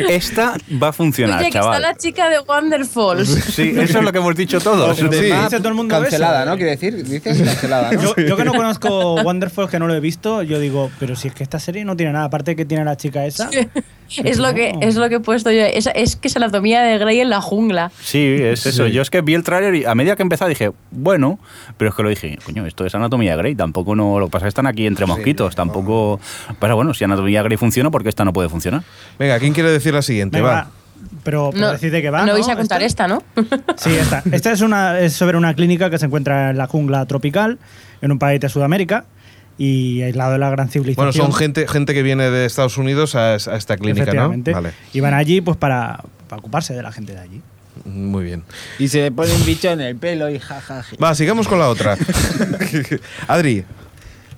Esta va a funcionar, Oye, que está chaval. la chica de Wonderfalls. Sí, eso es lo que hemos dicho todos. Ojo, Sí. Dice todo el mundo cancelada, eso. eh. ¿no? Quiere decir, dices cancelada, ¿no? Yo, yo que no conozco Wonderful, que no lo he visto, yo digo, pero si es que esta serie no tiene nada, aparte que tiene la chica esa. es, lo que, es lo que he puesto yo. Es, es que es anatomía de Grey en la jungla. Sí, es eso. Yo es que vi el tráiler y a medida que empezaba dije, bueno, pero es que lo dije, coño, esto es Anatomía Grey, tampoco no, lo que pasa es que están aquí entre mosquitos, tampoco... Pero bueno, si Anatomía Grey funciona, ¿por qué esta no puede funcionar? Venga, ¿quién quiere decir la siguiente? Venga, va. va. Pero, pero No, decide que va. no vais a contar ¿Esta? esta, ¿no? Sí, esta. Esta es, una, es sobre una clínica que se encuentra en la jungla tropical, en un país de Sudamérica, y aislado de la gran civilización. Bueno, son gente, gente que viene de Estados Unidos a, a esta clínica, ¿no? Efectivamente. Vale, Y van allí pues para, para ocuparse de la gente de allí. muy bien. Y se le pone un bicho en el pelo y jajaja. Va, sigamos con la otra. Adri,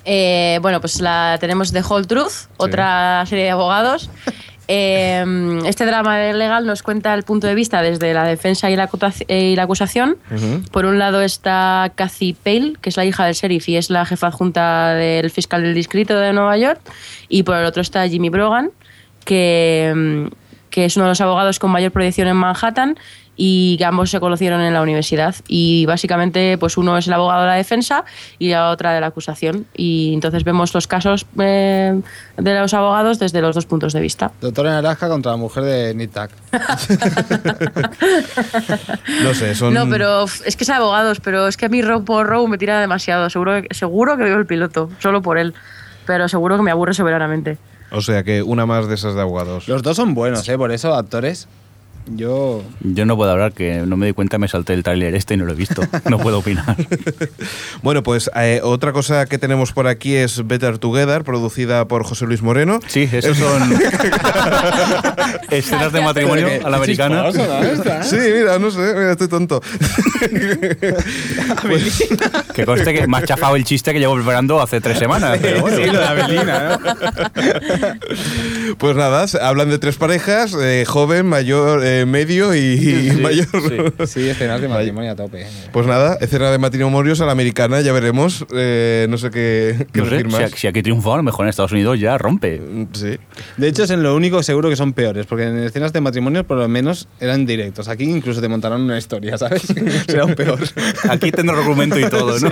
Eh, bueno, pues la tenemos The Whole Truth, otra serie de abogados. Eh, este drama legal nos cuenta el punto de vista desde la defensa y la, acuta- eh, y la acusación. Por un lado está Kathy Pale, que es la hija del sheriff y es la jefa adjunta del fiscal del distrito de Nueva York. Y por el otro está Jimmy Brogan, que, mm, que es uno de los abogados con mayor proyección en Manhattan y que ambos se conocieron en la universidad y básicamente pues uno es el abogado de la defensa y la otra de la acusación y entonces vemos los casos eh, de los abogados desde los dos puntos de vista. Doctor en Alaska contra la mujer de Nitak. no sé, son... No, pero f- es que es abogados, pero es que a mí Row por Row me tira demasiado, seguro que, seguro que veo el piloto, solo por él, pero seguro que me aburre soberanamente. O sea que una más de esas de abogados. Los dos son buenos, ¿eh? Por eso, actores. Yo. Yo no puedo hablar, que no me di cuenta, me salté el tráiler este y no lo he visto, no puedo opinar. Bueno, pues eh, otra cosa que tenemos por aquí es Better Together, producida por José Luis Moreno. Sí, esos son escenas de matrimonio a la americana. Chisposo, ¿no? Esta, ¿eh? Sí, mira, no sé, mira, estoy tonto. Que conste que me ha chafado el chiste que llevo preparando hace tres semanas. pero bueno. Sí, lo de Abelina, ¿no? Pues nada, se- hablan de tres parejas, eh, joven, mayor, eh, medio y, y Sí, mayor. sí. Sí, escenas de matrimonio a tope. Pues nada, escena de matrimonios a la americana, ya veremos. eh, no sé qué, qué No sé, decir si, más. a- si aquí triunfa, a lo mejor en Estados Unidos ya rompe. Sí. De hecho, es en lo único seguro que son peores, porque en escenas de matrimonio por lo menos eran directos. Aquí incluso te montaron una historia, ¿sabes? Será un peor. Aquí tendrá argumento y todo, ¿no?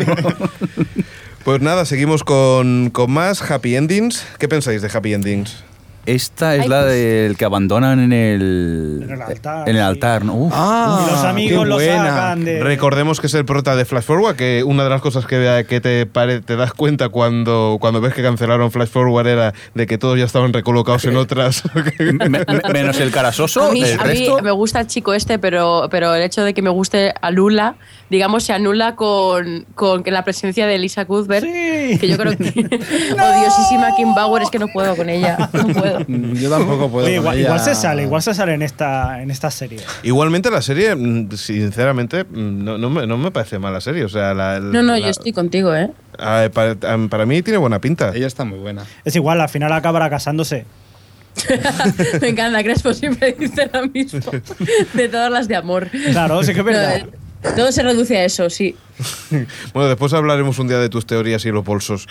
Pues nada, seguimos con, con más Happy Endings. ¿Qué pensáis de Happy Endings? Esta es Ay, la pues. del que abandonan en el, En el altar, en el sí. altar, ¿no? Uf. Ah, los amigos qué los buena. sacan de. Recordemos que es el prota de Flash Forward, que una de las cosas que, que te, pare- te das cuenta cuando, cuando ves que cancelaron Flash Forward era de que todos ya estaban recolocados en otras. Me- me- menos el carasoso, A mí, el a mí resto. me gusta el chico este, pero, pero el hecho de que me guste a Lula, digamos, se anula con, con que la presencia de Elisa Cuthbert, Sí. que yo creo que odiosísima Kim Bauer, es que no puedo con ella, no puedo. Mm, Yo tampoco puedo. Oye, con igual, ella. igual se sale, igual se sale en esta, en esta serie. Igualmente la serie, mm, sinceramente, mm, no, no me, no me parece mala serie. O sea, la- No, no, la- yo estoy contigo, ¿eh? Ah, para, am- para mí tiene buena pinta. Ella está muy buena. Es igual, al final acabará casándose. me encanta, Crespo siempre dice lo mismo, de todas las de amor. Claro, sí que es verdad. No, eh, todo se reduce a eso, sí. Bueno, después hablaremos un día de tus teorías y los bolsos.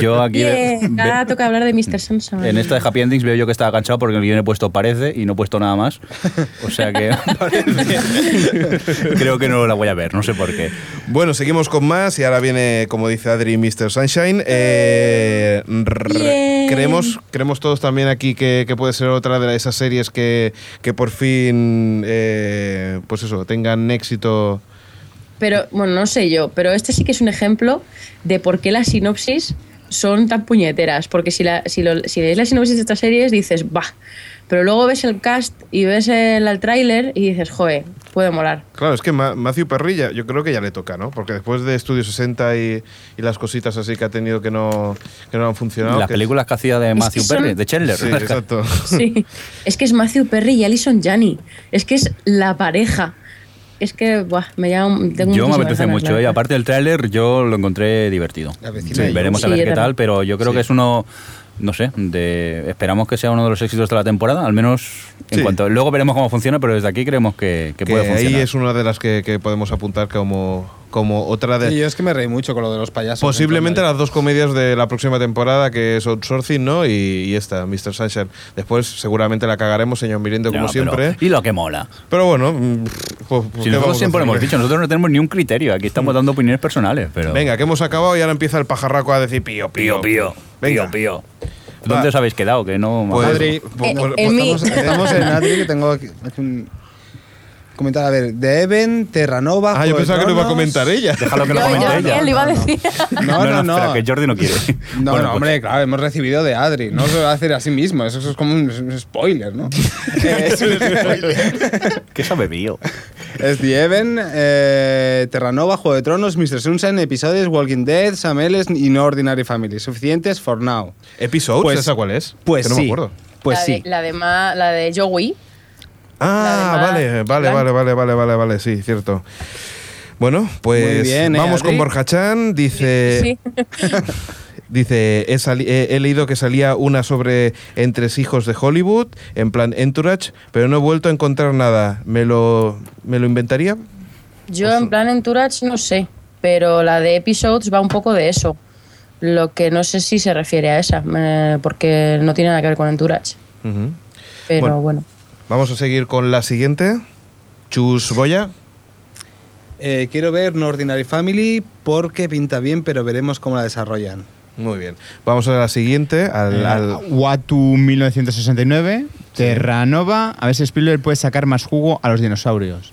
Yo aquí. Yeah, ve- ahora toca hablar de Mr. Samson. en esta de Happy Endings veo yo que estaba enganchado porque en el guión he puesto parece y no he puesto nada más. O sea que. creo que no la voy a ver, no sé por qué. Bueno, seguimos con más y ahora viene, como dice Adri, Mr. Sunshine. Eh, re- Bien. creemos, creemos todos también aquí que, que puede ser otra de esas series que, que por fin, eh, pues eso, tengan éxito. Pero, bueno, no sé yo, pero este sí que es un ejemplo de por qué las sinopsis son tan puñeteras. Porque si, la, si, lo- si lees la sinopsis de estas series dices, bah, pero luego ves el cast y ves el, el tráiler y dices, joe, puede molar. Claro, es que Ma- Matthew Perry ya- yo creo que ya le toca, ¿no? Porque después de Studio 60 y, y las cositas así que ha tenido que no, que no han funcionado. Las que- películas que hacía de que Matthew son- Perry, de Chandler. Sí, exacto. Sí. es que es Matthew Perry y Alison Janney. Es que es la pareja. Es que, buah, me llama. Tengo Yo me muchísimas apetece ganas, la mucho. ¿eh? Y verdad. aparte del tráiler, yo lo encontré divertido. La vecina Sí, y yo. veremos a Sí, ver yo qué también. tal, pero yo creo que es uno, no sé, de, esperamos que sea uno de los éxitos de la temporada, al menos en Sí. cuanto... Luego veremos cómo funciona, pero desde aquí creemos que, que Que puede funcionar. ahí es una de las que, que podemos apuntar como, como otra de... Y yo es que me reí mucho con lo de los payasos. Posiblemente Entonces, las dos comedias de la próxima temporada, que es Outsourcing, ¿no? Y, y esta, Mr. Sunshine. Después seguramente la cagaremos, señor Mirindo, No, como pero- siempre. ¿eh? Pero, y lo que mola. bueno, mm, pues, pues, ¿qué Si vamos nosotros a siempre lo hacer? Mm. hemos dicho, nosotros no tenemos ni un criterio, aquí estamos dando opiniones personales, pero... Venga, que hemos acabado y ahora empieza el pajarraco a decir pío, pío, pío, pío, Venga. pío, pío. ¿Dónde Va. os habéis quedado? Que no... Pues, Adri, pues- Eh, pues- en pues mí. estamos- Estamos, estamos en Adri, que tengo aquí, aquí un comentario. A ver, de Even, Terranova. Ah, yo Juego de pensaba que lo iba a Tronos. comentar ella. Pues, Déjalo que Yo, lo yo, comente ella. él iba a decir. No, no, no. espera, que Jordi no quiere. No, Bueno, no, pues- hombre, claro, hemos recibido de Adri. No se lo va a hacer a sí mismo. Eso, eso es como un, un spoiler, ¿no? es, ¿Qué pues, sabe mío? es The Even, eh, Terranova, Juego de Tronos, Mr. Sunshine, episodios Walking Dead, Sam Ellis y No Ordinary Family. Suficientes for now. ¿Episodes? Pues- ¿Esa cuál es? Pues Que no sí. me acuerdo. Pues la sí. De, la, de Ma- la de Joey. Ah, La vale, de Matt vale, Blanc. vale, vale, vale, vale, vale, sí, cierto. Bueno, pues bien, ¿eh, vamos con Adri? Borja Chan. Eh, Dice, Sí. Dice, he, sali- he- he leído que salía una sobre entresijos de Hollywood, en plan Entourage, pero no he vuelto a encontrar nada. ¿Me lo, me lo inventaría? Yo en plan Entourage no sé, pero la de Episodes va un poco de eso. Lo que no sé si se refiere a esa, eh, porque no tiene nada que ver con Entourage. Ujú. Pero Bueno. bueno. Vamos a seguir con la siguiente. Chus Boya. Eh, quiero ver No Ordinary Family porque pinta bien, pero veremos cómo la desarrollan. Muy bien. Vamos a la siguiente. Eh, Al, al- Watu 1969, Terranova. A ver si Spielberg puede sacar más jugo a los dinosaurios.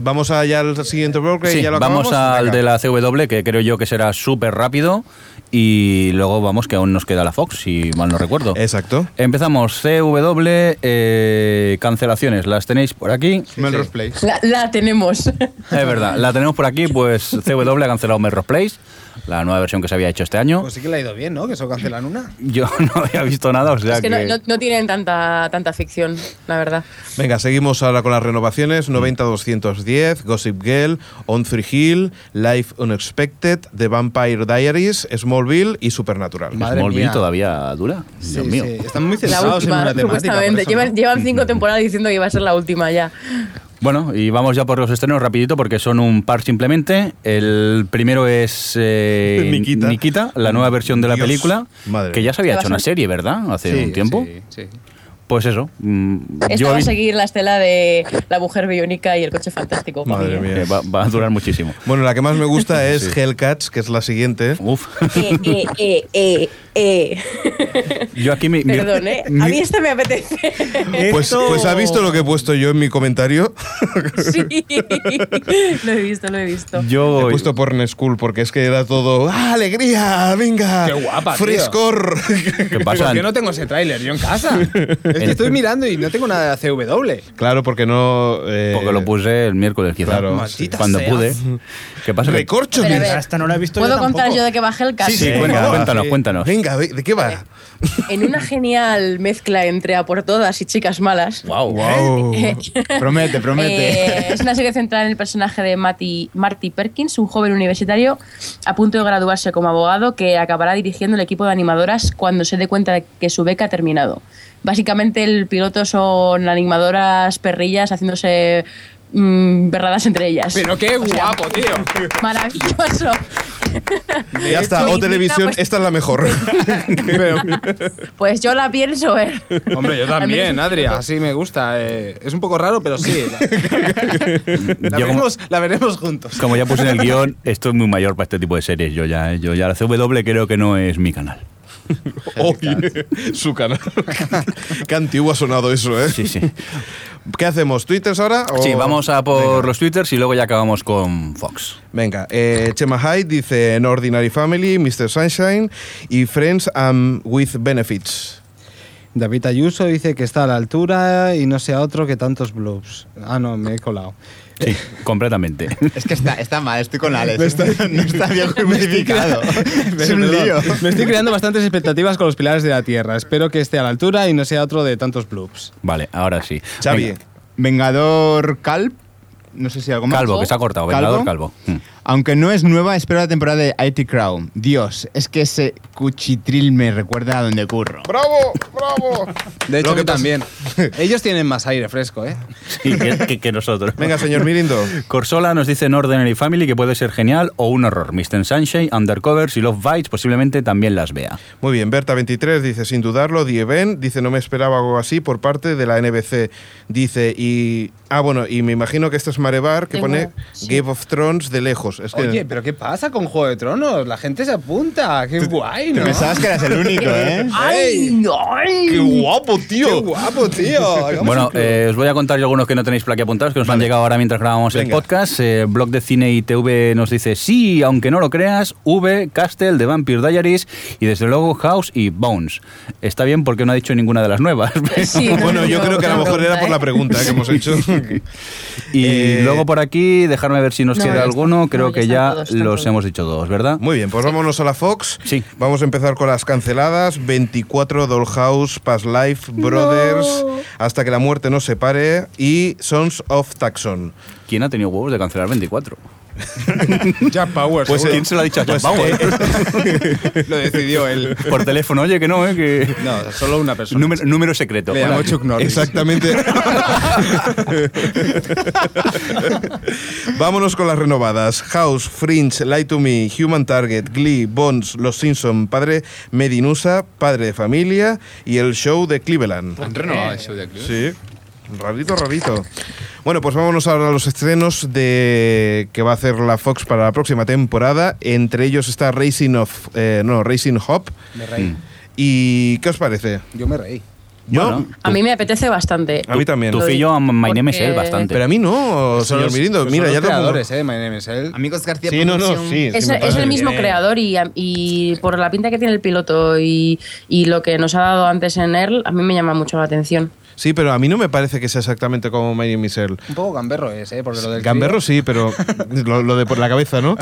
Vamos allá al siguiente bloque Sí, y ya lo vamos acabamos. al Venga. de la CW, que creo yo que será súper rápido. Y luego vamos, que aún nos queda la Fox, si mal no recuerdo. Exacto. Empezamos, CW, eh, cancelaciones, las tenéis por aquí. Melrose Place. La, la tenemos. Es verdad, la tenemos por aquí, pues CW ha cancelado Melrose Place, la nueva versión que se había hecho este año. Pues sí que le ha ido bien, ¿no? Que solo cancelan una. Yo no había visto nada, o sea es que, que... no, no- no tienen tanta, tanta ficción, la verdad. Venga, seguimos ahora con las Mm. renovaciones. 90-210, Gossip Girl, On Three Hill, Life Unexpected, The Vampire Diaries, Smallville y Supernatural. Madre Smallville mía. todavía dura. Sí, Dios mío. sí. Están muy La centrados en última, una temática. por supuestamente. eso, Llevan, ¿no? llevan cinco temporadas diciendo que iba a ser la última ya. Bueno, y vamos ya por los estrenos rapidito porque son un par simplemente. El primero es eh, Nikita. la nueva versión de la Dios, película, madre. que ya se Te había vas hecho una a- serie, ¿verdad? Hace Sí, un tiempo. sí, sí. Pues eso. mm, Esta yo va a vi- seguir la estela de la mujer biónica y el coche fantástico. para Madre mí, ¿eh? mía. eh, va, va a durar muchísimo. Bueno, la que más me gusta es Hellcats, que es la siguiente. Uf. Eh, eh, eh, eh, Eh. Yo aquí mi- mi- Perdón, ¿eh? A mí esta me apetece. eh. Pues, Esto- pues ha visto lo que he puesto yo en mi comentario. sí. Lo he visto, lo he visto. He Yo puesto Porn School porque es que era todo ¡ah, alegría, venga, Qué guapa, tío. frescor. ¿Qué Pero pasa? yo no tengo ese tráiler, yo en casa. es que estoy mirando y no tengo nada de CW. claro, porque no. eh, Porque lo puse el miércoles, quizá. claro, Maldita Cuando sea. pude. ¿Qué pasa? Que- Recorcho, Pero a mira. ver, Hasta no la he visto ¿Puedo yo contar tampoco. yo de qué bajé el caso? Sí, Venga, Venga, cuéntanos, sí. cuéntanos. Venga, ve- ¿de qué va? En una genial mezcla entre A por todas y Chicas malas. Wow. Wow. Promete, promete. Eh, es una serie centrada en el personaje de Matty, Marty Perkins, un joven universitario a punto de graduarse como abogado que acabará dirigiendo el equipo de animadoras cuando se dé cuenta de que su beca ha terminado. Básicamente el piloto son animadoras perrillas haciéndose mm, berradas entre ellas. Pero qué guapo, tío. Maravilloso. ya está, Pues o mira, televisión, pues- esta es la mejor. Pues yo la pienso, ¿eh? Hombre, yo Al menos también, es Adria. Así me gusta. eh. Es un poco raro, pero sí. La, la Yo como- veremos, la veremos juntos. Como ya puse en el guión, estoy muy mayor para este tipo de series. Yo ya, ¿eh? yo ya la CW creo que no es mi canal. Oye, su canal. qué antiguo ha sonado eso, ¿eh? Sí, sí. ¿Qué hacemos? ¿Twitters ahora? o- Sí, vamos a por Oh, Venga. los twitters y luego ya acabamos con Fox. Venga, eh, Chema Hyde dice en Ordinary Family, Mr. Sunshine y Friends um, with Benefits. David Ayuso dice que está a la altura y no sea otro que tantos blogs. Ah, no, me he colado. Sí, completamente. Es que está, está mal, estoy con Alex. no está bien justificado. es un lío. Me estoy creando bastantes expectativas con los pilares de la Tierra. Espero que esté a la altura y no sea otro de tantos blogs. Vale, ahora sí. Xavi. Venga, Vengador Calp. No sé si algo más. Calvo, que se ha cortado. Vengador Calvo. Mm. Aunque no es nueva, espero la temporada de IT Crown. Dios, es que ese cuchitril me recuerda a donde curro. ¡Bravo! ¡Bravo! De hecho, Lo que que pasa- también. Ellos tienen más aire fresco, ¿eh? Sí, que, que- que nosotros. Venga, señor Mirindo. Corsola nos dice en Ordinary Family que puede ser genial o un horror. Mr. Sunshine, Undercovers y Love Bites posiblemente también las vea. Muy bien, Berta23 dice, sin dudarlo, The Event, dice, no me esperaba algo así por parte de la NBC. Dice, y... Ah, bueno, y me imagino que esto es Marebar, que Tengo- pone sí. Game of Thrones de lejos. Es que, Oye, pero ¿qué pasa con Juego de Tronos? La gente se apunta. Qué guay, Te ¿no? Pensabas que eras el único, ¿eh? ¡Ay! ¡Ay! ¡Qué guapo, Qué tío! guapo, tío. Hagamos Bueno, un club. eh, os voy a contar yo algunos que no tenéis por aquí apuntados, que nos han llegado ahora mientras grabamos Venga. el podcast. Eh, blog de cine y TV nos dice, sí, aunque no lo creas, V, Castle, The Vampire Diaries y desde luego House y Bones. Está bien porque no ha dicho ninguna de las nuevas. Sí, Bueno, yo no, creo que a lo no, mejor no, era ¿eh? por la pregunta que hemos hecho. y Eh, luego por aquí, dejarme ver si nos No, ya queda está. alguno. No, Creo ya que están ya todos, están los todos. hemos dicho todos, ¿verdad? Muy bien, pues vámonos a la Fox. Sí. Vamos a empezar con las canceladas. 24 Dollhouse, Past Life, Brothers, Hasta que la muerte nos separe y Sons of Taxon. ¿Quién ha tenido huevos de cancelar 24? Jack Power. Pues, seguro. ¿quién se lo ha dicho a Jack Pues, Bauer? lo decidió él. Por teléfono, oye, que no, ¿eh? Que... No, solo una persona. Número, número secreto. Le Hola. llamo Chuck Norris. Exactamente. Vámonos con las renovadas. House, Fringe, Lie to Me, Human Target, Glee, Bones, Los Simpson, Padre Medinusa, Padre de Familia y el show de Cleveland. Han renovado el show de club. Sí. Rarito, rarito. Bueno, pues vámonos ahora a los estrenos de que va a hacer la Fox para la próxima temporada. Entre ellos está Racing of eh, no, Racing Hop. Me reí. ¿Y qué os parece? Yo me reí. Bueno, Yo- A mí me apetece bastante. a mí también. tu fillo, um, My Name is Porque- Él, bastante. Pero a mí no, Son señor los- Mirindo. son Mira, los ya todo el mundo- creadores, eh, My name is Él. Amigos García Sí, no, no, Producción. sí. Es, me es parece el mismo bien. creador y, y por la pinta que tiene el piloto y, y lo que nos ha dado antes en él, a mí me llama mucho la atención. ¿eh? Sí, pero a mí no me parece que sea exactamente como Mary Michelle. Un poco gamberro es, ¿eh? Porque lo del Gamberro sí, pero lo, lo de por la cabeza, ¿no?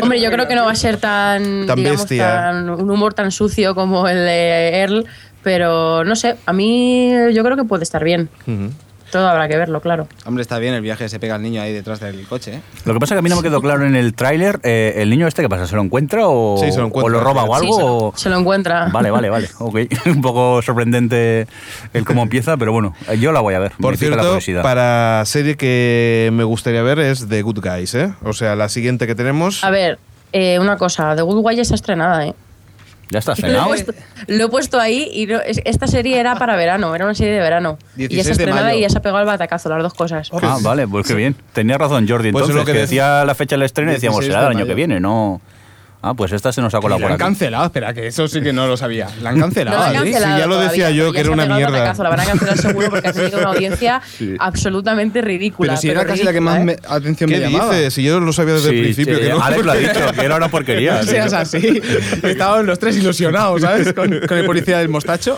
Hombre, yo creo que no va a ser tan, Tan digamos, bestia. tan- un humor tan sucio como el de Earl, pero no sé, a mí yo creo que puede estar bien. Ujú. Todo habrá que verlo, claro. Hombre, está bien el viaje, se pega el niño ahí detrás del coche, ¿eh? Lo que pasa es que a mí no me quedó claro en el tráiler, eh, ¿el niño este qué pasa? ¿Se lo encuentra o, Sí, se lo encuentra, o lo roba o Sí, se, algo? lo, o- se lo encuentra. Vale, vale, vale. Ok. Un poco sorprendente el cómo empieza, pero bueno, eh, yo la voy a ver. Por Me pica la cierto, curiosidad. para serie que me gustaría ver es The Good Guys, ¿eh? O sea, la siguiente que tenemos. A ver, eh, una cosa, The Good Guy ya está estrenada, ¿eh? Ya está Lo he, cenado. puesto, lo he puesto ahí y no- es- esta serie era para verano, era una serie de verano. Y ya 16 se de ha estrenado mayo. Oh, y ya se ha pegado al batacazo, las dos cosas. Ah, vale, pues qué bien. Tenía razón Jordi Pues es entonces, lo que que dec- decía la fecha del estreno y decíamos, 16 será el de año que mayo. viene, no... Ah, pues esta se nos ha colado la por han aquí. cancelado, espera, que eso sí que no lo sabía. La han cancelado. No la han ¿eh? sí, cancelado ya lo todavía, decía yo, pero que ya era se ha una pegado el mierda. batacazo, La van a cancelar seguro porque ha tenido una audiencia Sí. absolutamente ridícula. pero si era casi la que ridícula, más ¿eh? me- atención ¿Qué me llamaba. dices? Si yo lo sabía desde el principio. che, que no. Alex lo ha dicho, que era una porquería. No seas así. Estaban los tres ilusionados, ¿sabes? Con, con el policía del mostacho.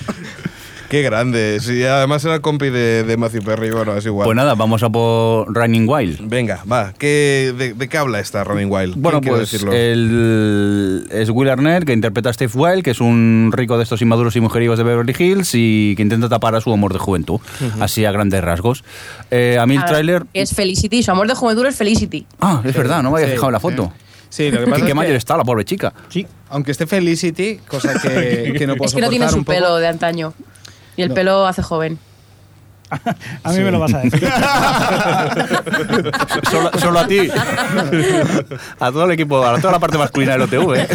Qué grande. Sí, además era el compi de, de Matthew Perry. Bueno, es igual. Pues nada, vamos a por Running Wild. Venga, va. ¿Qué, de, de qué habla esta Running Wild? Bueno, ¿Quién quiere pues decirlo? el- es Will Arnett, que interpreta a Steve Wild, que es un rico de estos inmaduros y mujeriegos de Beverly Hills y que intenta tapar a su amor de juventud, así a grandes rasgos. Eh, a mí el A ver, tráiler... que Es Felicity, su amor de juventud es Felicity. Ah, es verdad, no me había Sí, fijado en la foto. Sí, lo que ¿Qué, pasa qué es mayor que, está la pobre chica? Sí. aunque esté Felicity, cosa que, que no puedo Es que no tiene soportar su un poco. pelo de antaño. Y el No. pelo hace joven. A mí me lo vas a decir. solo, solo a ti. a todo el equipo, a toda la parte masculina del OTV. ¿eh?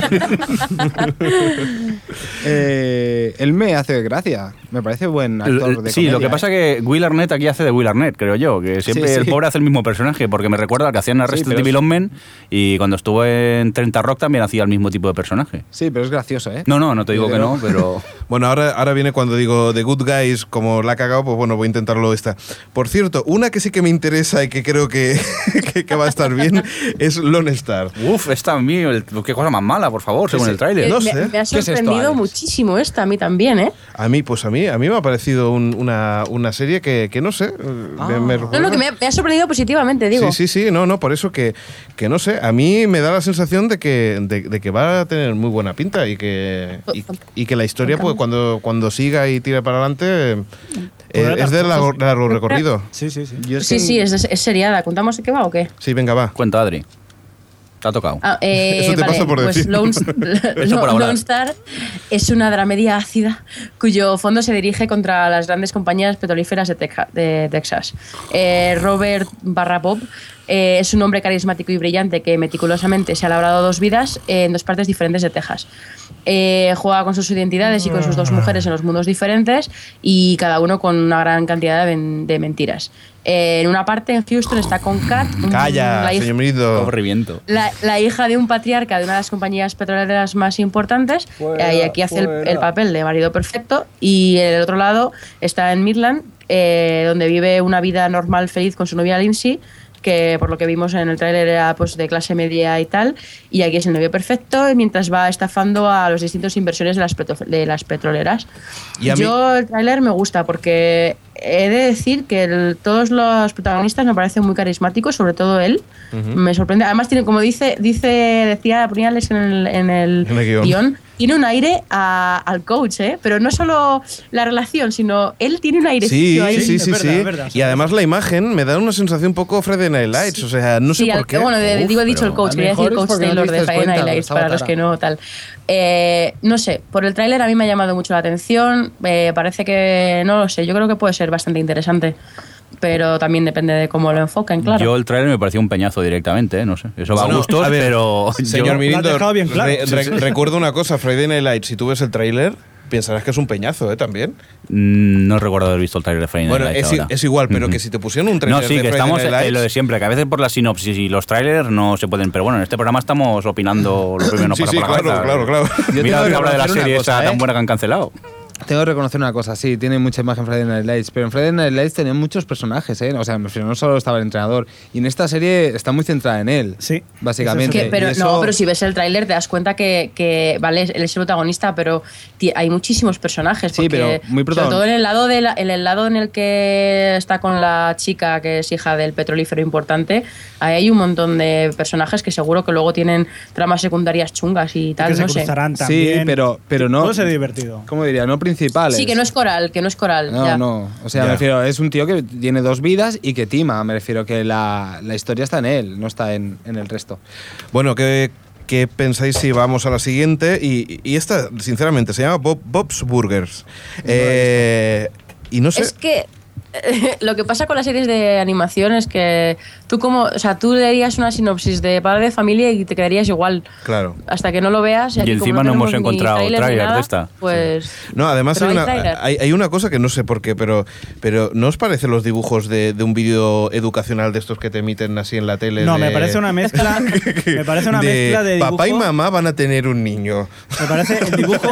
Eh, él me hace gracia. Me parece buen actor de sí, lo comedia, que pasa ¿eh? que Will Arnett aquí hace de Will Arnett, creo yo, que siempre Sí, sí. el pobre hace el mismo personaje, porque me recuerda al que hacía en Arrested pero es- Development y cuando estuvo en 30 Rock también hacía el mismo tipo de personaje. Sí, pero es gracioso, ¿eh? No, no, no te digo que no, pero... Bueno, ahora, ahora viene cuando digo The Good Guys, como la ha cagado, pues bueno, voy a intentarlo esta. Por cierto, una que sí que me interesa y que creo que, que, que va a estar bien es Lone Star. Uf, esta mío, el- qué cosa más mala, por favor, según sí. el tráiler. Eh, No me, sé. me ha esto, sorprendido Alex? muchísimo esta, a mí también, ¿eh? A mí, pues a mí, a mí me ha parecido un- una, una serie que, que no sé. eh, me- me Ah. No, no, que me, me ha sorprendido positivamente, digo. Sí, sí, sí, no, no, por eso que, que no sé, a mí me da la sensación de que, de, de que va a tener muy buena pinta y que, y, y que la historia, pues cuando, cuando siga y tire para adelante, eh, dar es de largo, cosas. largo recorrido. Sí, sí, sí. Yo es Sí, que- sí, es, es seriada. ¿Contamos de qué va o qué? Sí, venga, va. Cuenta, Adri. Te ha tocado. Ah, eh, Eso te vale, pasa por pues decir. Lone, Eso por hablar. Lone Star es una dramedia ácida cuyo fondo se dirige contra las grandes compañías petrolíferas de, Teja- de Texas. Eh, Robert barra Bob eh, es un hombre carismático y brillante que meticulosamente se ha labrado dos vidas eh, en dos partes diferentes de Texas. Eh, juega con sus identidades y con sus dos mujeres en los mundos diferentes y cada uno con una gran cantidad de, ven- de mentiras. Eh, en una parte, en Houston, está con Kat. un- Calla, Mm, la hija- señor Mirindo. Pobre viento. la, la hija de un patriarca de una de las compañías petroleras más importantes, Fuera, eh, y aquí hace el, fuera. el papel de marido perfecto, y en el otro lado está en Midland, eh, donde vive una vida normal, feliz con su novia Lindsay, que por lo que vimos en el tráiler era pues, de clase media y tal, y aquí es el novio perfecto, mientras va estafando a los distintos inversores de las, petro- de las petroleras. Y a mí- Yo el tráiler me gusta porque he de decir que el- todos los protagonistas me parecen muy carismáticos, sobre todo él. Me sorprende. Además tiene, como dice, dice decía ponía Alex en el, en el En el guión. guión. tiene un aire a- al coach, ¿eh? pero no solo la relación, sino él tiene un aire. Sí, ahí. sí, sí, Es sí. verdad, es verdad. Y además la imagen me da una sensación un poco Friday Night Lights, o sea, no sé Sí, por al- qué. Bueno, de- Uf, digo, he dicho pero el coach, a lo quería mejor decir es coach porque no te Taylor de diste Friday Night cuenta, pues, Lights, Gustavo para los Tara. que no tal. Eh, no sé, por el tráiler a mí me ha llamado mucho la atención, eh, parece que, no lo sé, yo creo que puede ser bastante interesante, pero también depende de cómo lo enfoquen, claro. Yo el tráiler me pareció un peñazo directamente, ¿eh? no sé. Eso va Bueno, a gustos, a ver, pero... Señor yo- Mirindo, Lo has dejado bien claro. re- Sí, re- sí. recuerdo una cosa, Friday Night Lights, si tú ves el tráiler, pensarás que es un peñazo, ¿eh? También. Mm, No recuerdo haber visto el tráiler de Friday Night Bueno, Lights es, i- ahora. es igual, pero Ujú. que si te pusieron un tráiler No, sí, de que Friday estamos Night en lo Lights- de siempre, que a veces por la sinopsis y los trailers no se pueden, pero bueno, en este programa estamos opinando lo primero que nos Sí, pasa sí, por la claro, claro, cabeza. claro. Yo Mira tengo que que habla de la reconocer una serie cosa, esa tan ¿eh? buena que han cancelado. Tengo que reconocer una cosa, sí, tiene mucha imagen Friday Night Lights, pero en Friday Night Lights tenía muchos personajes, ¿eh? O sea, me refiero, no solo estaba el entrenador. Y en esta serie está muy centrada en él, Sí. básicamente. Que- pero Y eso- no, pero si ves el tráiler te das cuenta que, que, vale, él es el protagonista, pero ti- hay muchísimos personajes. Sí, porque, pero muy Sobre protagon- todo en el lado de la- en el lado en el que está con la chica que es hija del petrolífero importante, ahí hay un montón de personajes que seguro que luego tienen tramas secundarias chungas y Que tal, se no sé. cruzarán Sí, también. pero- pero no- Todo ser divertido. ¿Cómo diría? No principales. Sí, que no es coral, que no es coral. No, ya. no. O sea, Ya. me refiero, es un tío que tiene dos vidas y que tima. Me refiero que la, la historia está en él, no está en, en el resto. Bueno, ¿qué, qué pensáis si vamos a la siguiente? Y, y esta, sinceramente, se llama Bob- Bob's Burgers. Eh, y no sé. Es que lo que pasa con las series de animación es que tú como, o sea, tú leerías una sinopsis de padre de familia y te quedarías igual. Claro. Hasta que no lo veas. Y aquí como encima no tenemos hemos ni encontrado tráiler ni tráiler de nada, esta. Pues No, además hay Pero hay una, tráiler. hay, hay una cosa que no sé por qué, pero, pero ¿no os parecen los dibujos de, de un vídeo educacional de estos que te emiten así en la tele? No, de- me parece una mezcla. Me parece una de mezcla de dibujo. Papá y mamá van a tener un niño. Me parece el dibujo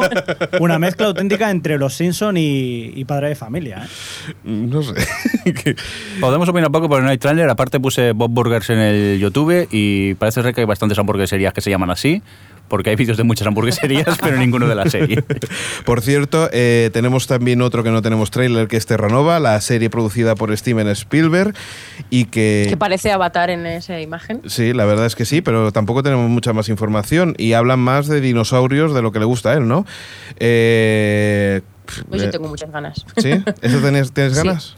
una mezcla auténtica entre los Simpson y, y Padre de Familia. ¿eh? Mm, No sé. Que- Podemos opinar poco, pero no hay trailer. Aparte puse Bob Burgers en el YouTube y parece ser que hay bastantes hamburgueserías que se llaman así, porque hay vídeos de muchas hamburgueserías, pero ninguno de la serie. Por cierto, eh, tenemos también otro que no tenemos tráiler, que es Terranova, la serie producida por Steven Spielberg y que... eh, que parece avatar en esa imagen. Sí, la verdad es que sí, pero tampoco tenemos mucha más información y hablan más de dinosaurios de lo que le gusta a él, ¿no? Eh, Pues eh, yo tengo muchas ganas. ¿Sí? ¿Eso tenés, tienes Sí. ganas?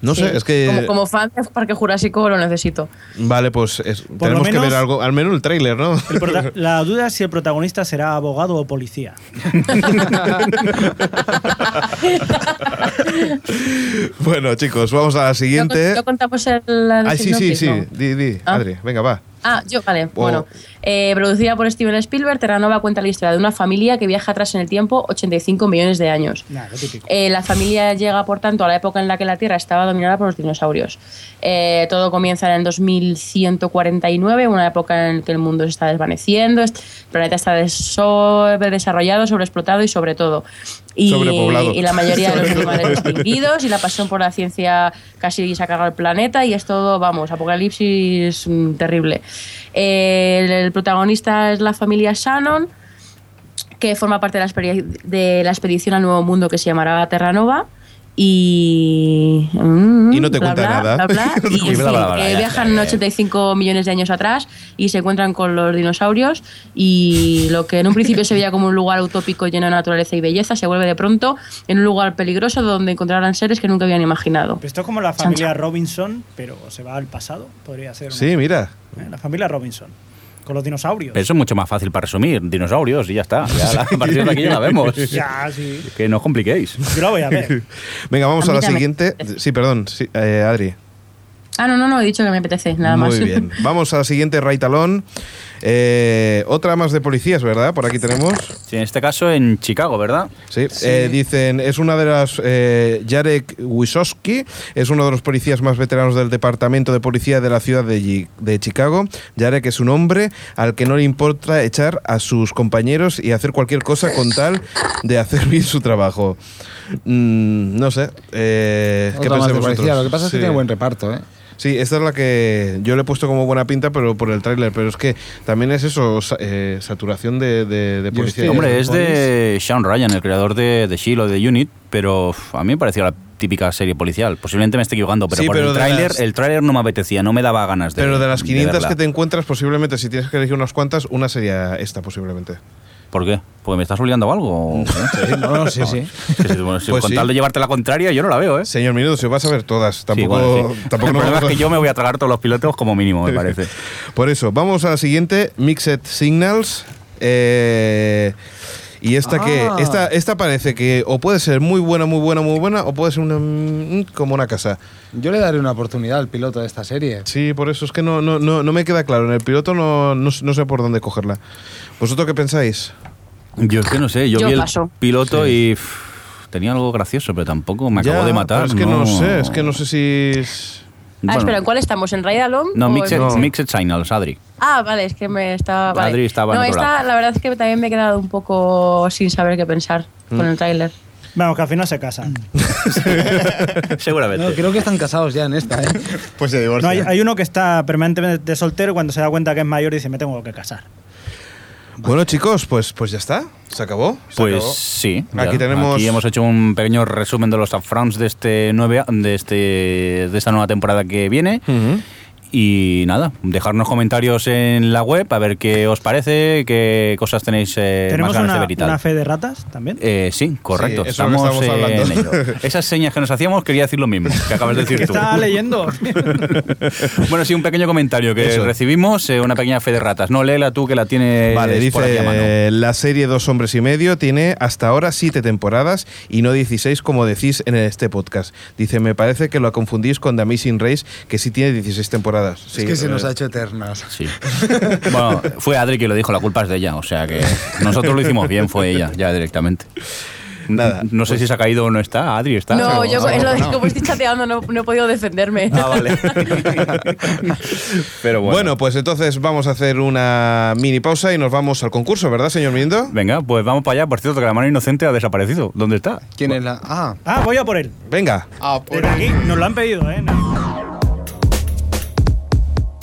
No Sí. sé, es que... Como, como fan de Parque Jurásico lo necesito. Vale, pues es- lo tenemos que menos- ver algo, al menos el tráiler, ¿no? El prota- la duda es si el protagonista será abogado o policía. bueno, chicos, vamos a la ¿No, siguiente. con- no contamos el, la Ay, sí, sí, sinopsis, sí. Oh. no? Di, di, Ah. Adri, venga, va. Ah, yo, vale. O- Bueno, Eh, producida por Steven Spielberg, Terranova cuenta la historia de una familia que viaja atrás en el tiempo 85 millones de años. Nada, lo típico. Eh, la familia llega, por tanto, a la época en la que la Tierra estaba dominada por los dinosaurios. Eh, todo comienza en el 2149, una época en que el mundo se está desvaneciendo, est- el planeta está desarrollado, sobreexplotado y sobre todo. Y, Sobrepoblado. y la mayoría de los animales extinguidos y la pasión por la ciencia casi se ha cargado el planeta y es todo, vamos, apocalipsis mm, terrible. Eh, el- el protagonista es la familia Shannon que forma parte de la, experi- de la expedición al Nuevo Mundo que se llamará Terranova. Y. mm, Y no te bla, cuenta bla, nada. bla, bla. No te Y, cuenta en fin, bla, bla, bla, eh, ya viajan está, 85 millones de años atrás y se encuentran con los dinosaurios. Y lo que en un principio se veía como un lugar utópico lleno de naturaleza y belleza se vuelve de pronto en un lugar peligroso donde encontrarán seres que nunca habían imaginado. Pero Pues esto es como la familia Robinson, pero se va al pasado. Podría ser. ¿no? Sí, mira. Eh, La familia Robinson. Con los dinosaurios. Pero eso es mucho más fácil para resumir. Dinosaurios y ya está. Ya la, a partir de aquí ya la vemos. Ya, sí. Que no os compliquéis. Yo la voy a ver. Venga, vamos A a, la mí ya me- siguiente. Sí, perdón, sí, eh, Adri. Ah, no, no, no, he dicho que me apetece, nada Muy más. bien. Vamos a la siguiente, Raitalón. Eh, otra más de policías, ¿verdad? Por aquí tenemos. Sí, en este caso en Chicago, ¿verdad? Sí. Eh, dicen, es una de las. eh, Jarek Wisowski es uno de los policías más veteranos del departamento de policía de la ciudad de, Chi- de Chicago. Jarek es un hombre al que no le importa echar a sus compañeros y hacer cualquier cosa con tal de hacer bien su trabajo. Mm, no sé. eh, ¿Qué Otra más pensáis de policía. vosotros? Lo que pasa es que Sí. tiene buen reparto, ¿eh? Sí, esta es la que yo le he puesto como buena pinta, pero por el tráiler. Pero es que también es eso, sa- eh, saturación de, de, de Yo policía. estoy- Hombre, es de Sean Ryan, el creador de, de Shield o de Unit, pero uf, a mí me pareció la típica serie policial. Posiblemente me esté equivocando, pero Sí, por pero el de tráiler las- el tráiler no me apetecía, no me daba ganas Pues de pero de las de 500 verla. que te encuentras, posiblemente, si tienes que elegir unas cuantas, una sería esta, posiblemente. ¿Por qué? ¿Porque me estás obligando a algo? o qué? No, no, sí, sí. Es que si- bueno, si Pues con sí. tal de llevarte la contraria, yo no la veo, ¿eh? Señor Minuto, si vas a ver todas, tampoco... Sí, bueno, sí. tampoco el nos problema es vamos a- que yo me voy a tragar todos los pilotos como mínimo, me parece. Por eso, vamos a la siguiente, Mixed Signals. Eh, ¿Y esta que Ah. Esta, esta parece que o puede ser muy buena, muy buena, muy buena, o puede ser una, mm, como una casa. Yo le daré una oportunidad al piloto de esta serie. Sí, por eso es que no, no, no, no me queda claro. En el piloto no, no, no sé por dónde cogerla. ¿Vosotros qué pensáis? Yo es que no sé, yo, Yo vi el paso. piloto y pff, tenía algo gracioso, pero tampoco me acabo Ya, de matar. pero Es que no. sé, es que no sé si. es- Ah, Bueno, espera, ¿en cuál estamos? ¿En Raid Alone? No, o en- Mixed, Mixed Signals, Adri. Ah, vale, es que me estaba. Vale. Adri estaba en no, otro esta, lado. la verdad es que también me he quedado un poco sin saber qué pensar con el tráiler. Vamos, que al final se casan. Seguramente. No, creo que están casados ya en esta, ¿eh? Pues se No, hay, divorcian. hay uno que está permanentemente soltero y cuando se da cuenta que es mayor dice, me tengo que casar. Bueno, chicos, pues, pues ya está. Se acabó. se Pues acabó. sí. Aquí tenemos- Aquí hemos hecho un pequeño resumen de los upfronts de este nueve, de este, de esta nueva temporada que viene. Ujú. Y nada, dejarnos comentarios en la web a ver qué os parece, qué cosas tenéis eh, más Tenemos ganas de una, ver y tal. una fe de ratas también. Eh, sí, correcto. Sí, eso es lo que estamos, estábamos eh, en ello. hablando. Esas señas que nos hacíamos quería decir lo mismo que acabas de que decir tú. estaba leyendo. Bueno, sí, un pequeño comentario que Eso. recibimos, eh, una pequeña fe de ratas. No, léela tú que la tienes Vale, por aquí a mano. Eh, dice la serie Dos Hombres y Medio tiene hasta ahora siete temporadas y no 16 como decís en este podcast. Dice, me parece que lo confundís con The Amazing Race, que sí tiene 16 temporadas. es que se nos ha eh, hecho eternas. Sí. Bueno, fue Adri quien lo dijo, la culpa es de ella. O sea que nosotros lo hicimos bien, fue ella, ya directamente. Nada. No sé si se ha caído o no está. Adri está. No, o- yo o- es lo de- no. como estoy chateando no, no he podido defenderme. Ah, vale. Pero Bueno. bueno. pues entonces vamos a hacer una mini pausa y nos vamos al concurso, ¿verdad, señor Mirindo? Venga, pues vamos para allá. Por cierto, que la mano inocente ha desaparecido. ¿Dónde está? ¿Quién es la.? Ah, Ah, voy a por él. Venga. ah Desde aquí nos lo han pedido, ¿eh?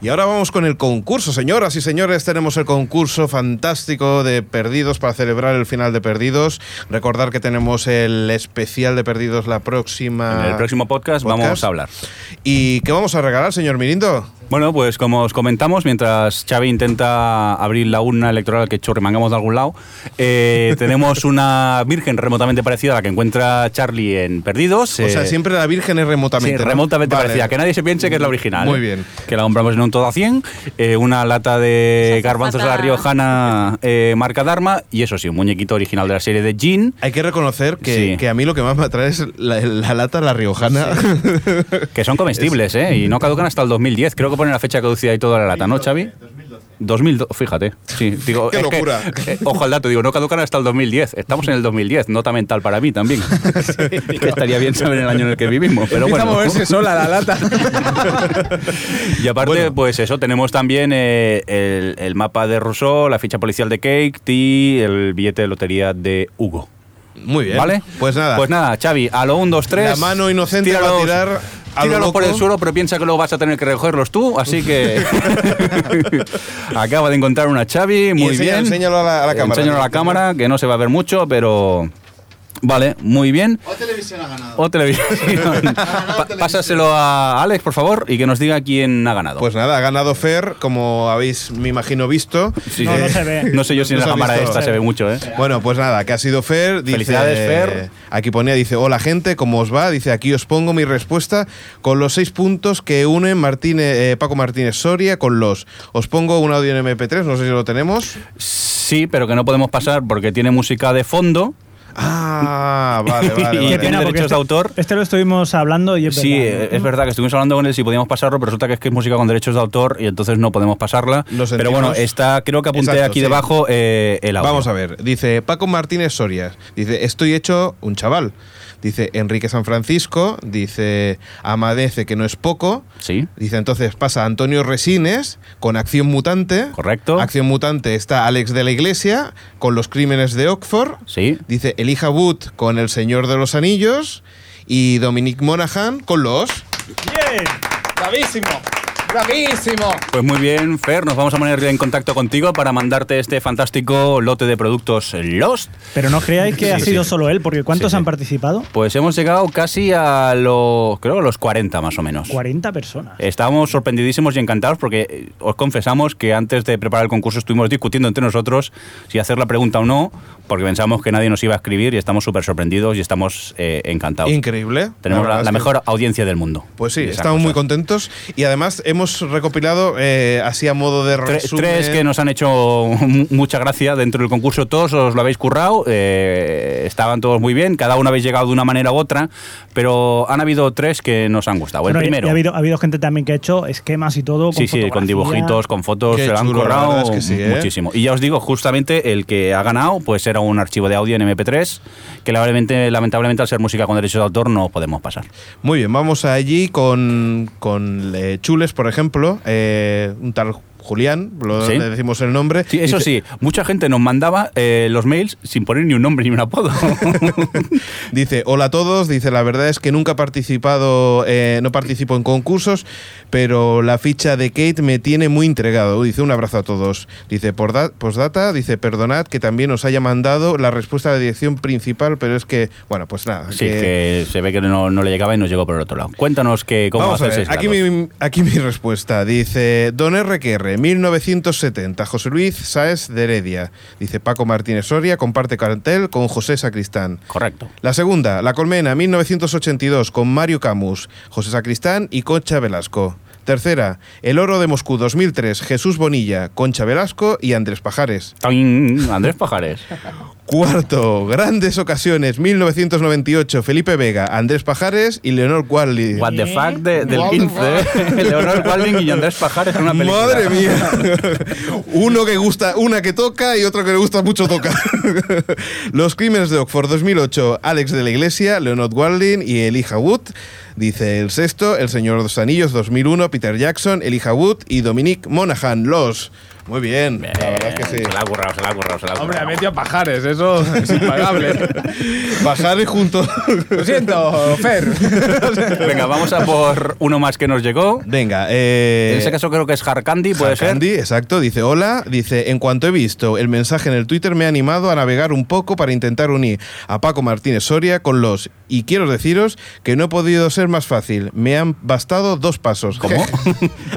Y ahora vamos con el concurso, señoras y señores. Tenemos el concurso fantástico de Perdidos para celebrar el final de Perdidos. Recordar que tenemos el especial de Perdidos la próxima. En el próximo podcast vamos a hablar. ¿Y qué vamos a regalar, señor Mirindo? Bueno, pues como os comentamos, mientras Xavi intenta abrir la urna electoral que chorremangamos de algún lado, eh, tenemos una virgen remotamente parecida a la que encuentra Charlie en Perdidos. o sea, eh, siempre la Virgen es Sí, remotamente. ¿no? remotamente Vale. parecida. Que nadie se piense que es la original. Muy ¿eh? bien. Que la compramos en un todo a 100, eh, una lata de Esa garbanzos a la zapata. riojana eh, marca Dharma y eso sí, un muñequito original de la serie de Jean, Hay que reconocer que, Sí. que a mí lo que más me atrae es la, la lata la riojana. que son comestibles, ¿eh? Y no caducan hasta el 2010. Creo que pone la fecha de caducidad y toda la lata, ¿no, Xavi? 2012, fíjate. Sí, digo, Qué es que- locura. eh, ojo al dato, digo, no caducan hasta el 2010. Estamos en el 2010, nota mental para mí también. que estaría bien saber el año en el que vivimos. Pero Empieza bueno. a moverse sola la lata. Y aparte, Bueno. pues eso, tenemos también eh, el, el mapa de Rousseau, la ficha policial de Cake y el billete de lotería de Hugo. Muy bien. ¿Vale? Pues nada. Pues nada, Xavi, a lo 1, 2, 3. La mano inocente va a tirar a lo tíralos por loco. el suelo, pero piensa que luego vas a tener que recogerlos tú, así que. Acaba de encontrar una Xavi, muy enseña- bien. enséñalo a la- a la cámara. Enséñalo a la cámara, que no se va a ver mucho, pero. Vale, muy bien. O televisión ha ganado. O televisión. Pa- Pásaselo a Alex, por favor, y que nos diga quién ha ganado. Pues nada, ha ganado Fer, como habéis, me imagino, visto. Eh, Sí, No, sí. no se ve. No sé yo si en No la se ha cámara visto. esta se ve mucho, ¿eh? Bueno, pues nada, que ha sido Fer. Dice, Felicidades, Fer. Aquí ponía, dice, hola gente, ¿cómo os va? Dice, aquí os pongo mi respuesta con los seis puntos que unen Martínez, eh, Paco Martínez Soria con los. Os pongo un audio en MP3, no sé si lo tenemos. Sí, pero que no podemos pasar porque tiene música de fondo. Ah, vale, vale. Y vale. que tiene derechos de autor. Este lo estuvimos hablando y es sí, verdad. eh, es verdad que estuvimos hablando con él si podíamos pasarlo, pero resulta que es que es música con derechos de autor y entonces no podemos pasarla. Lo sentimos. Pero bueno, está, creo que apunté Exacto, aquí sí. debajo eh, el audio. Vamos a ver, dice Paco Martínez Soria, dice, estoy hecho un chaval. Dice Enrique San Francisco, dice Amadece, que no es poco. Sí. Dice entonces pasa Antonio Resines con Acción Mutante. Correcto. Acción Mutante está Alex de la Iglesia con los crímenes de Oxford. Sí. Dice Elija Wood con El Señor de los Anillos y Dominic Monaghan con los. Bien. ¡Bravísimo! ¡Bravísimo! Pues muy bien, Fer, nos vamos a poner en contacto contigo para mandarte este fantástico lote de productos Lost. Pero no creáis que Sí, ha sí. sido solo él, porque ¿cuántos Sí, sí. han participado? Pues hemos llegado casi a los, creo, a los 40 más o menos. 40 personas. Estábamos sorprendidísimos y encantados porque eh, os confesamos que antes de preparar el concurso estuvimos discutiendo entre nosotros si hacer la pregunta o no, porque pensamos que nadie nos iba a escribir y estamos súper sorprendidos y estamos eh, encantados. Increíble. Tenemos la, verdad la es que- mejor audiencia del mundo. Pues sí, De esas estamos muy cosas. contentos y además hemos recopilado eh, así a modo de Tre- resumen. tres que nos han hecho mu- mucha gracia dentro del concurso, todos os lo habéis currado, eh, estaban todos muy bien, cada uno habéis llegado de una manera u otra, pero han habido tres que nos han gustado. Bueno, el y- primero. y ha, habido, ha habido gente también que ha hecho esquemas y todo. Con Sí, sí, con fotografía. dibujitos, con fotos, Qué se lo han chulo, la currado verdad es que sí, ¿eh? muchísimo. Y ya os digo, justamente el que ha ganado, pues era un archivo de audio en MP3, que lamentablemente, lamentablemente al ser música con derechos de autor no podemos pasar. Muy bien, vamos allí con, con eh, Chules, por ejemplo, eh, un tal Julián, lo- Sí. le decimos el nombre. Sí, eso Dice- sí, mucha gente nos mandaba eh, los mails sin poner ni un nombre ni un apodo. Dice, hola a todos, dice, la verdad es que nunca he participado, eh, no participo en concursos, pero la ficha de Kate me tiene muy entregado. Dice, un abrazo a todos. Dice, por da- postdata, dice, perdonad que también os haya mandado la respuesta de la dirección principal, pero es que, bueno, pues nada. sí, que- que se ve que no, no le llegaba y nos llegó por el otro lado. Cuéntanos que, cómo Vamos a haces ver, aquí mi, aquí mi respuesta. Dice Don RQR, 1970, José Luis Sáez de Heredia. Dice Paco Martínez Soria, comparte cartel con José Sacristán. Correcto. La segunda, La Colmena, 1982, con Mario Camus, José Sacristán y Concha Velasco. Tercera, El Oro de Moscú, 2003, Jesús Bonilla, Concha Velasco y Andrés Pajares. Toin, Andrés Pajares. Cuarto, Grandes Ocasiones, 1998, Felipe Vega, Andrés Pajares y Leonor Quadli. What the fuck de- del What the 15. Leonor Palvin y Andrés Pajares en una película. Madre mía. Uno que gusta, una que toca y otro que le gusta mucho tocar. Los crímenes de Oxford 2008, Alex de la Iglesia, Leonard Waldin y Elijah Wood. Dice el sexto, El Señor de los Anillos 2001, Peter Jackson, Elijah Wood y Dominic Monaghan. Los. Muy bien, Bien, la verdad es que sí. Se la ha currado, se la ha currado, se la ha Hombre, ha currado. metido pajares, eso es impagable. Bajar junto. Lo siento, Fer. Venga, vamos a por uno más que nos llegó. Venga, eh, en ese caso creo que es Harkandi, puede Candy, exacto, dice hola, dice, en cuanto he visto el mensaje en el Twitter me ha animado a navegar un poco para intentar unir a Paco Martínez Soria con los, y quiero deciros que no he podido ser más fácil, me han bastado dos pasos. ¿Cómo?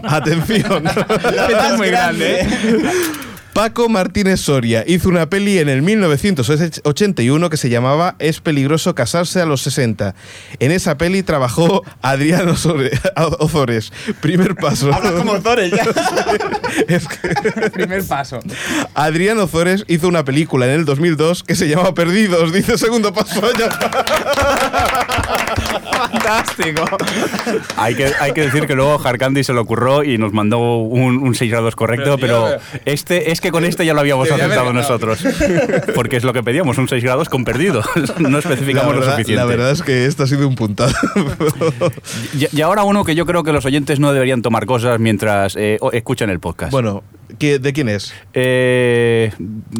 Atención. Esto es muy grande, ¿eh? Paco Martínez Soria hizo una peli en el 1981 que se llamaba Es peligroso casarse a los 60. En esa peli trabajó Adrián Osore- Ozores. Primer paso. Hablas como Ozores ya. Es que- Primer paso. Adrián Ozores hizo una película en el 2002 que se llamaba Perdidos, dice segundo paso. Fantástico. ser. Hay que, hay que decir que luego Harkandi se lo curró y nos mandó un, un 6 grados correcto, Pero, pero, tío, este es que con este ya lo habíamos Debería haber aceptado nosotros. Porque es lo que pedíamos, un 6 grados con perdido. No especificamos la, lo verdad, suficiente. la verdad es que esta ha sido un puntado. Y, y ahora uno que yo creo que los oyentes no deberían tomar cosas mientras eh, o- escuchan el podcast. bueno, ¿qué- ¿de quién es? Eh,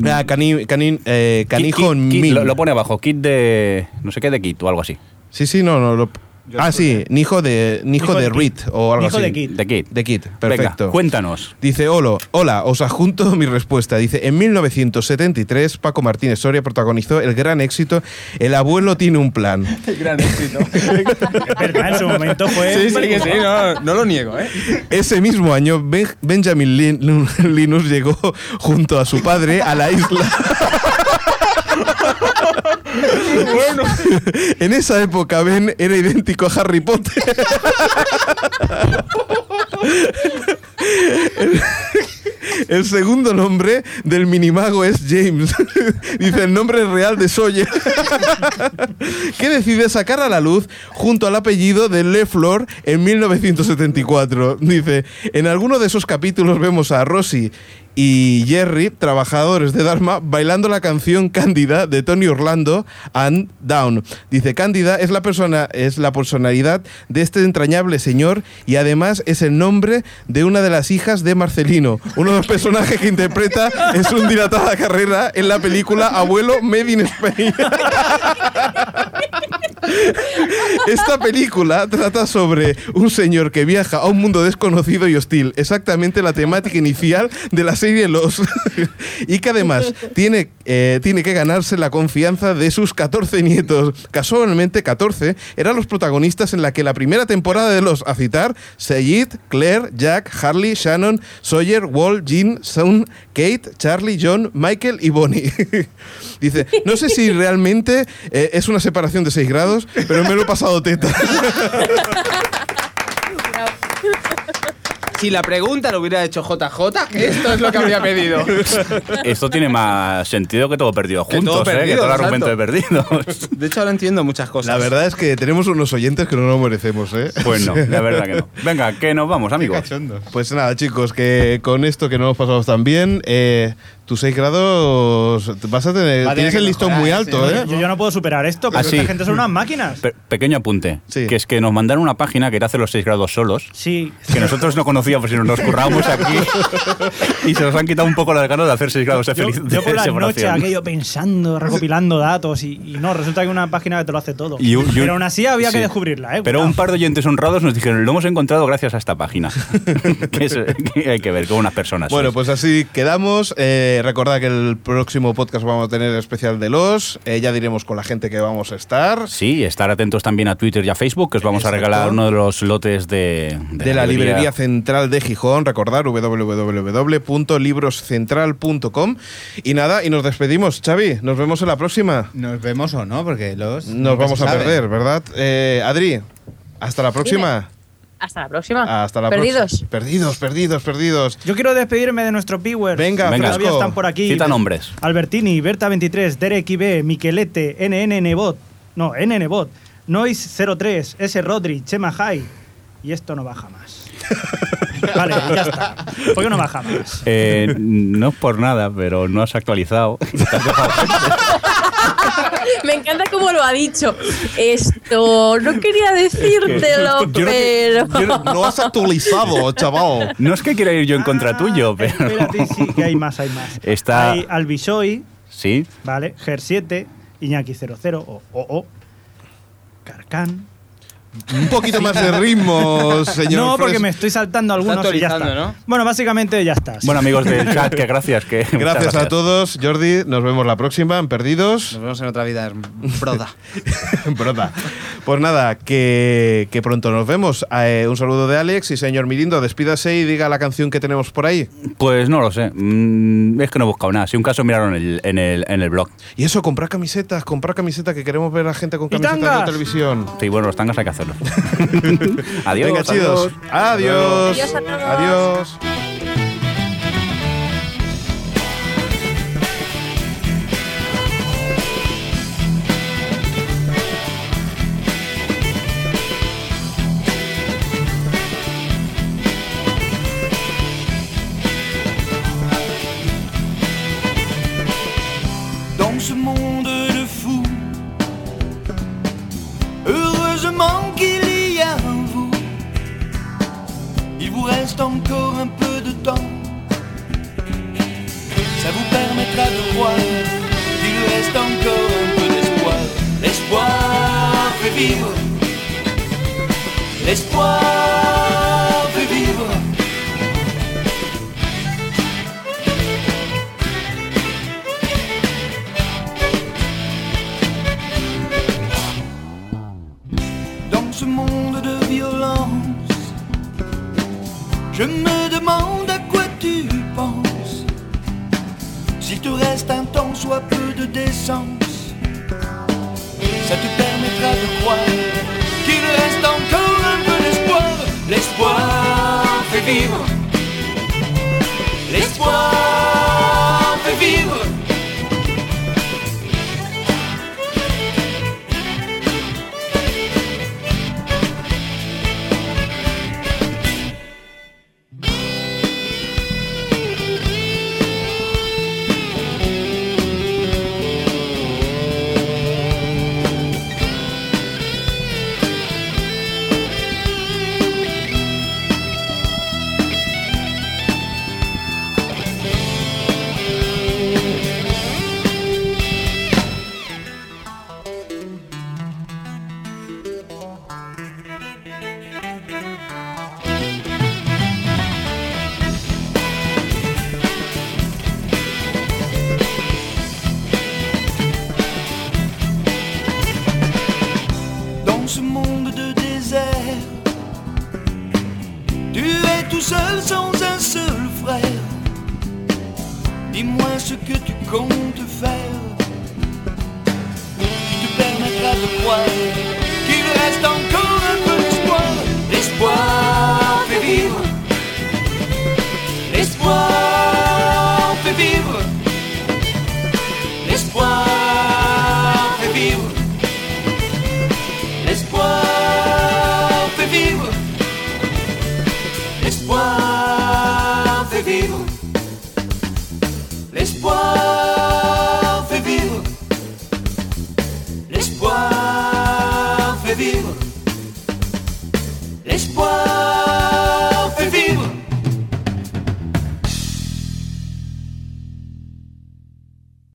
Ah, cani, Canin- eh, Canijo Kit- Kit- Min. lo, lo pone abajo, kit de. No sé qué de kit o algo así. Sí, sí, no, no. lo- ah, sí, Nijo de, Nijo Nijo de de Reed Kid. o algo Nijo así. de Kid. De kit. De Kid, perfecto. Venga, cuéntanos. Dice, hola, hola, os adjunto mi respuesta. Dice, en 1973, Paco Martínez Soria protagonizó el gran éxito El abuelo tiene un plan. Gran éxito. Es verdad, en su momento fue. Sí, sí, que sí, no, no lo niego, ¿eh? Ese mismo año, Ben- Benjamin Lin- Linus llegó junto a su padre a la isla. Bueno. En esa época, Ben era idéntico a Harry Potter. El segundo nombre del minimago es James. Dice el nombre real de Sawyer. que decide sacar a la luz junto al apellido de Le Fleur en 1974. Dice, en alguno de esos capítulos vemos a Rosy y Jerry, trabajadores de Dharma, bailando la canción Cándida de Tony Orlando and Down. Dice, Cándida es la persona es la personalidad de este entrañable señor y además es el nombre de una de las hijas de Marcelino. Uno de los personajes que interpreta es un dilatada carrera en la película Abuelo Made in Spain. Esta película trata sobre un señor que viaja a un mundo desconocido y hostil, exactamente la temática inicial de la serie Los, y que además tiene, eh, tiene que ganarse la confianza de sus 14 nietos. Casualmente 14 eran los protagonistas en la que la primera temporada de Los, a citar, Sayid, Claire, Jack, Harley, Shannon, Sawyer, Wall, Jean, Sean, Kate, Charlie, John, Michael y Bonnie. Dice, no sé si realmente eh, es una separación de 6 grados, pero me lo he pasado teta. Si la pregunta lo hubiera hecho JJ, esto es lo que habría pedido. Esto tiene más sentido que todo perdido Que todo juntos, ¿eh? que perdido, todo el argumento de exacto. perdidos. De hecho, ahora entiendo muchas La cosas. verdad es que tenemos unos oyentes que no nos merecemos, ¿eh? Pues no, la verdad que no. Venga, que nos vamos, amigos. Pues nada, chicos, que con esto que no hemos pasado tan bien, eh, Tus 6 grados vas a tener. Va a tener tienes que el listón mejorar, muy sí. alto, ¿eh? Yo, yo no puedo superar esto, Ah, pero Así. esta gente son unas máquinas. Pe- pequeño apunte, Sí. que es que nos mandaron una página que era hacer los 6 grados solos, Sí. que nosotros no conocíamos y nos los curramos aquí, y se nos han quitado un poco las ganas de hacer 6 grados de Yo, feliz- yo de por la noche separación. aquello pensando, recopilando datos y, y no, resulta que una página que te lo hace todo. Y un- y un- pero aún así había sí. que descubrirla, ¿eh? Pero Cuidado. un par de oyentes honrados nos dijeron, lo hemos encontrado gracias a esta página. que, es- que hay que ver con unas personas. Bueno, pues así quedamos. Eh, recordad que el próximo podcast vamos a tener especial de los. Eh, ya diremos con la gente que vamos a estar. Sí, estar atentos también a Twitter y a Facebook, que os vamos Exacto. a regalar uno de los lotes de, De, la, librería. central de Gijón, recordar www.libroscentral.com. Y nada, y nos despedimos, Xavi. Nos vemos en la próxima. Nos vemos o no, porque los. nunca Nos vamos se a sabe. perder, ¿verdad? Eh, Adri, hasta la próxima. Hasta la próxima. Hasta la Ah, Perdidos. próxima. Perdidos, perdidos, perdidos. Yo quiero despedirme de nuestros viewers. Venga, Venga. todavía Fresco. están por aquí. Cita nombres. Albertini, Berta23, Derek IB, Miquelete, NNNBot, no, NNBot, Noise03, S. Rodri, Chema High. Y esto no baja más. vale, ya está. ¿Por qué no baja más? Eh, no es por nada, pero no has actualizado. Me encanta cómo lo ha dicho. Esto no quería Yo decírtelo, no- pero. Yo No no has actualizado, chaval. No es que quiera ir yo en contra tuyo, pero... Ah, Espérate, sí, que hay más, hay más. Está- Hay Albisoy, Sí, ¿vale? Ger7, Iñaki00, o, o, o, Carcán. Un poquito más de ritmo, señor. No, porque Fres- me estoy saltando algunos y ya está. actualizando, ¿no? Bueno, básicamente ya está. sí. bueno amigos del chat, que gracias. Que muchas Gracias a todos, Jordi. Nos vemos la próxima en Perdidos. Nos vemos en otra vida, broda. Brota. Pues nada, que, que pronto nos vemos. Eh, un saludo de Alex y señor Mirindo, despídase y diga la canción que tenemos por ahí. Pues no lo sé. Mm, es que no he buscado nada. Si un caso miraron el- en, el, en el blog. Y eso, comprar camisetas, comprar camisetas, que queremos ver a gente con ¡Y camisetas en la tangas! televisión. Sí, bueno, los tangas hay que hacerlos. adiós. Venga, chidos. Adiós. Adiós a todos. Adiós. dans ce monde de fous. Heureusement qu'il y a en vous, il vous reste encore un peu de temps. Ça vous permettra de voir qu'il reste encore un peu d'espoir. L'espoir fait vivre. L'espoir fait vivre. dans ce monde de violence. Je me demande à quoi tu penses. S'il te reste un temps, soit peu de décence. Ça te permettra de croire qu'il reste encore un peu d'espoir. L'espoir fait vivre. L'espoir fait vivre. dans ce monde de désert. Tu es tout seul sans un seul frère. Dis-moi ce que tu comptes faire. Qui te permettra de croire qu'il reste encore un peu d'espoir. L'espoir fait vivre. L'espoir fait vivre. L'espoir fait vivre. L'espoir fait vivre. L'espoir fait vivre. L'espoir. l'espoir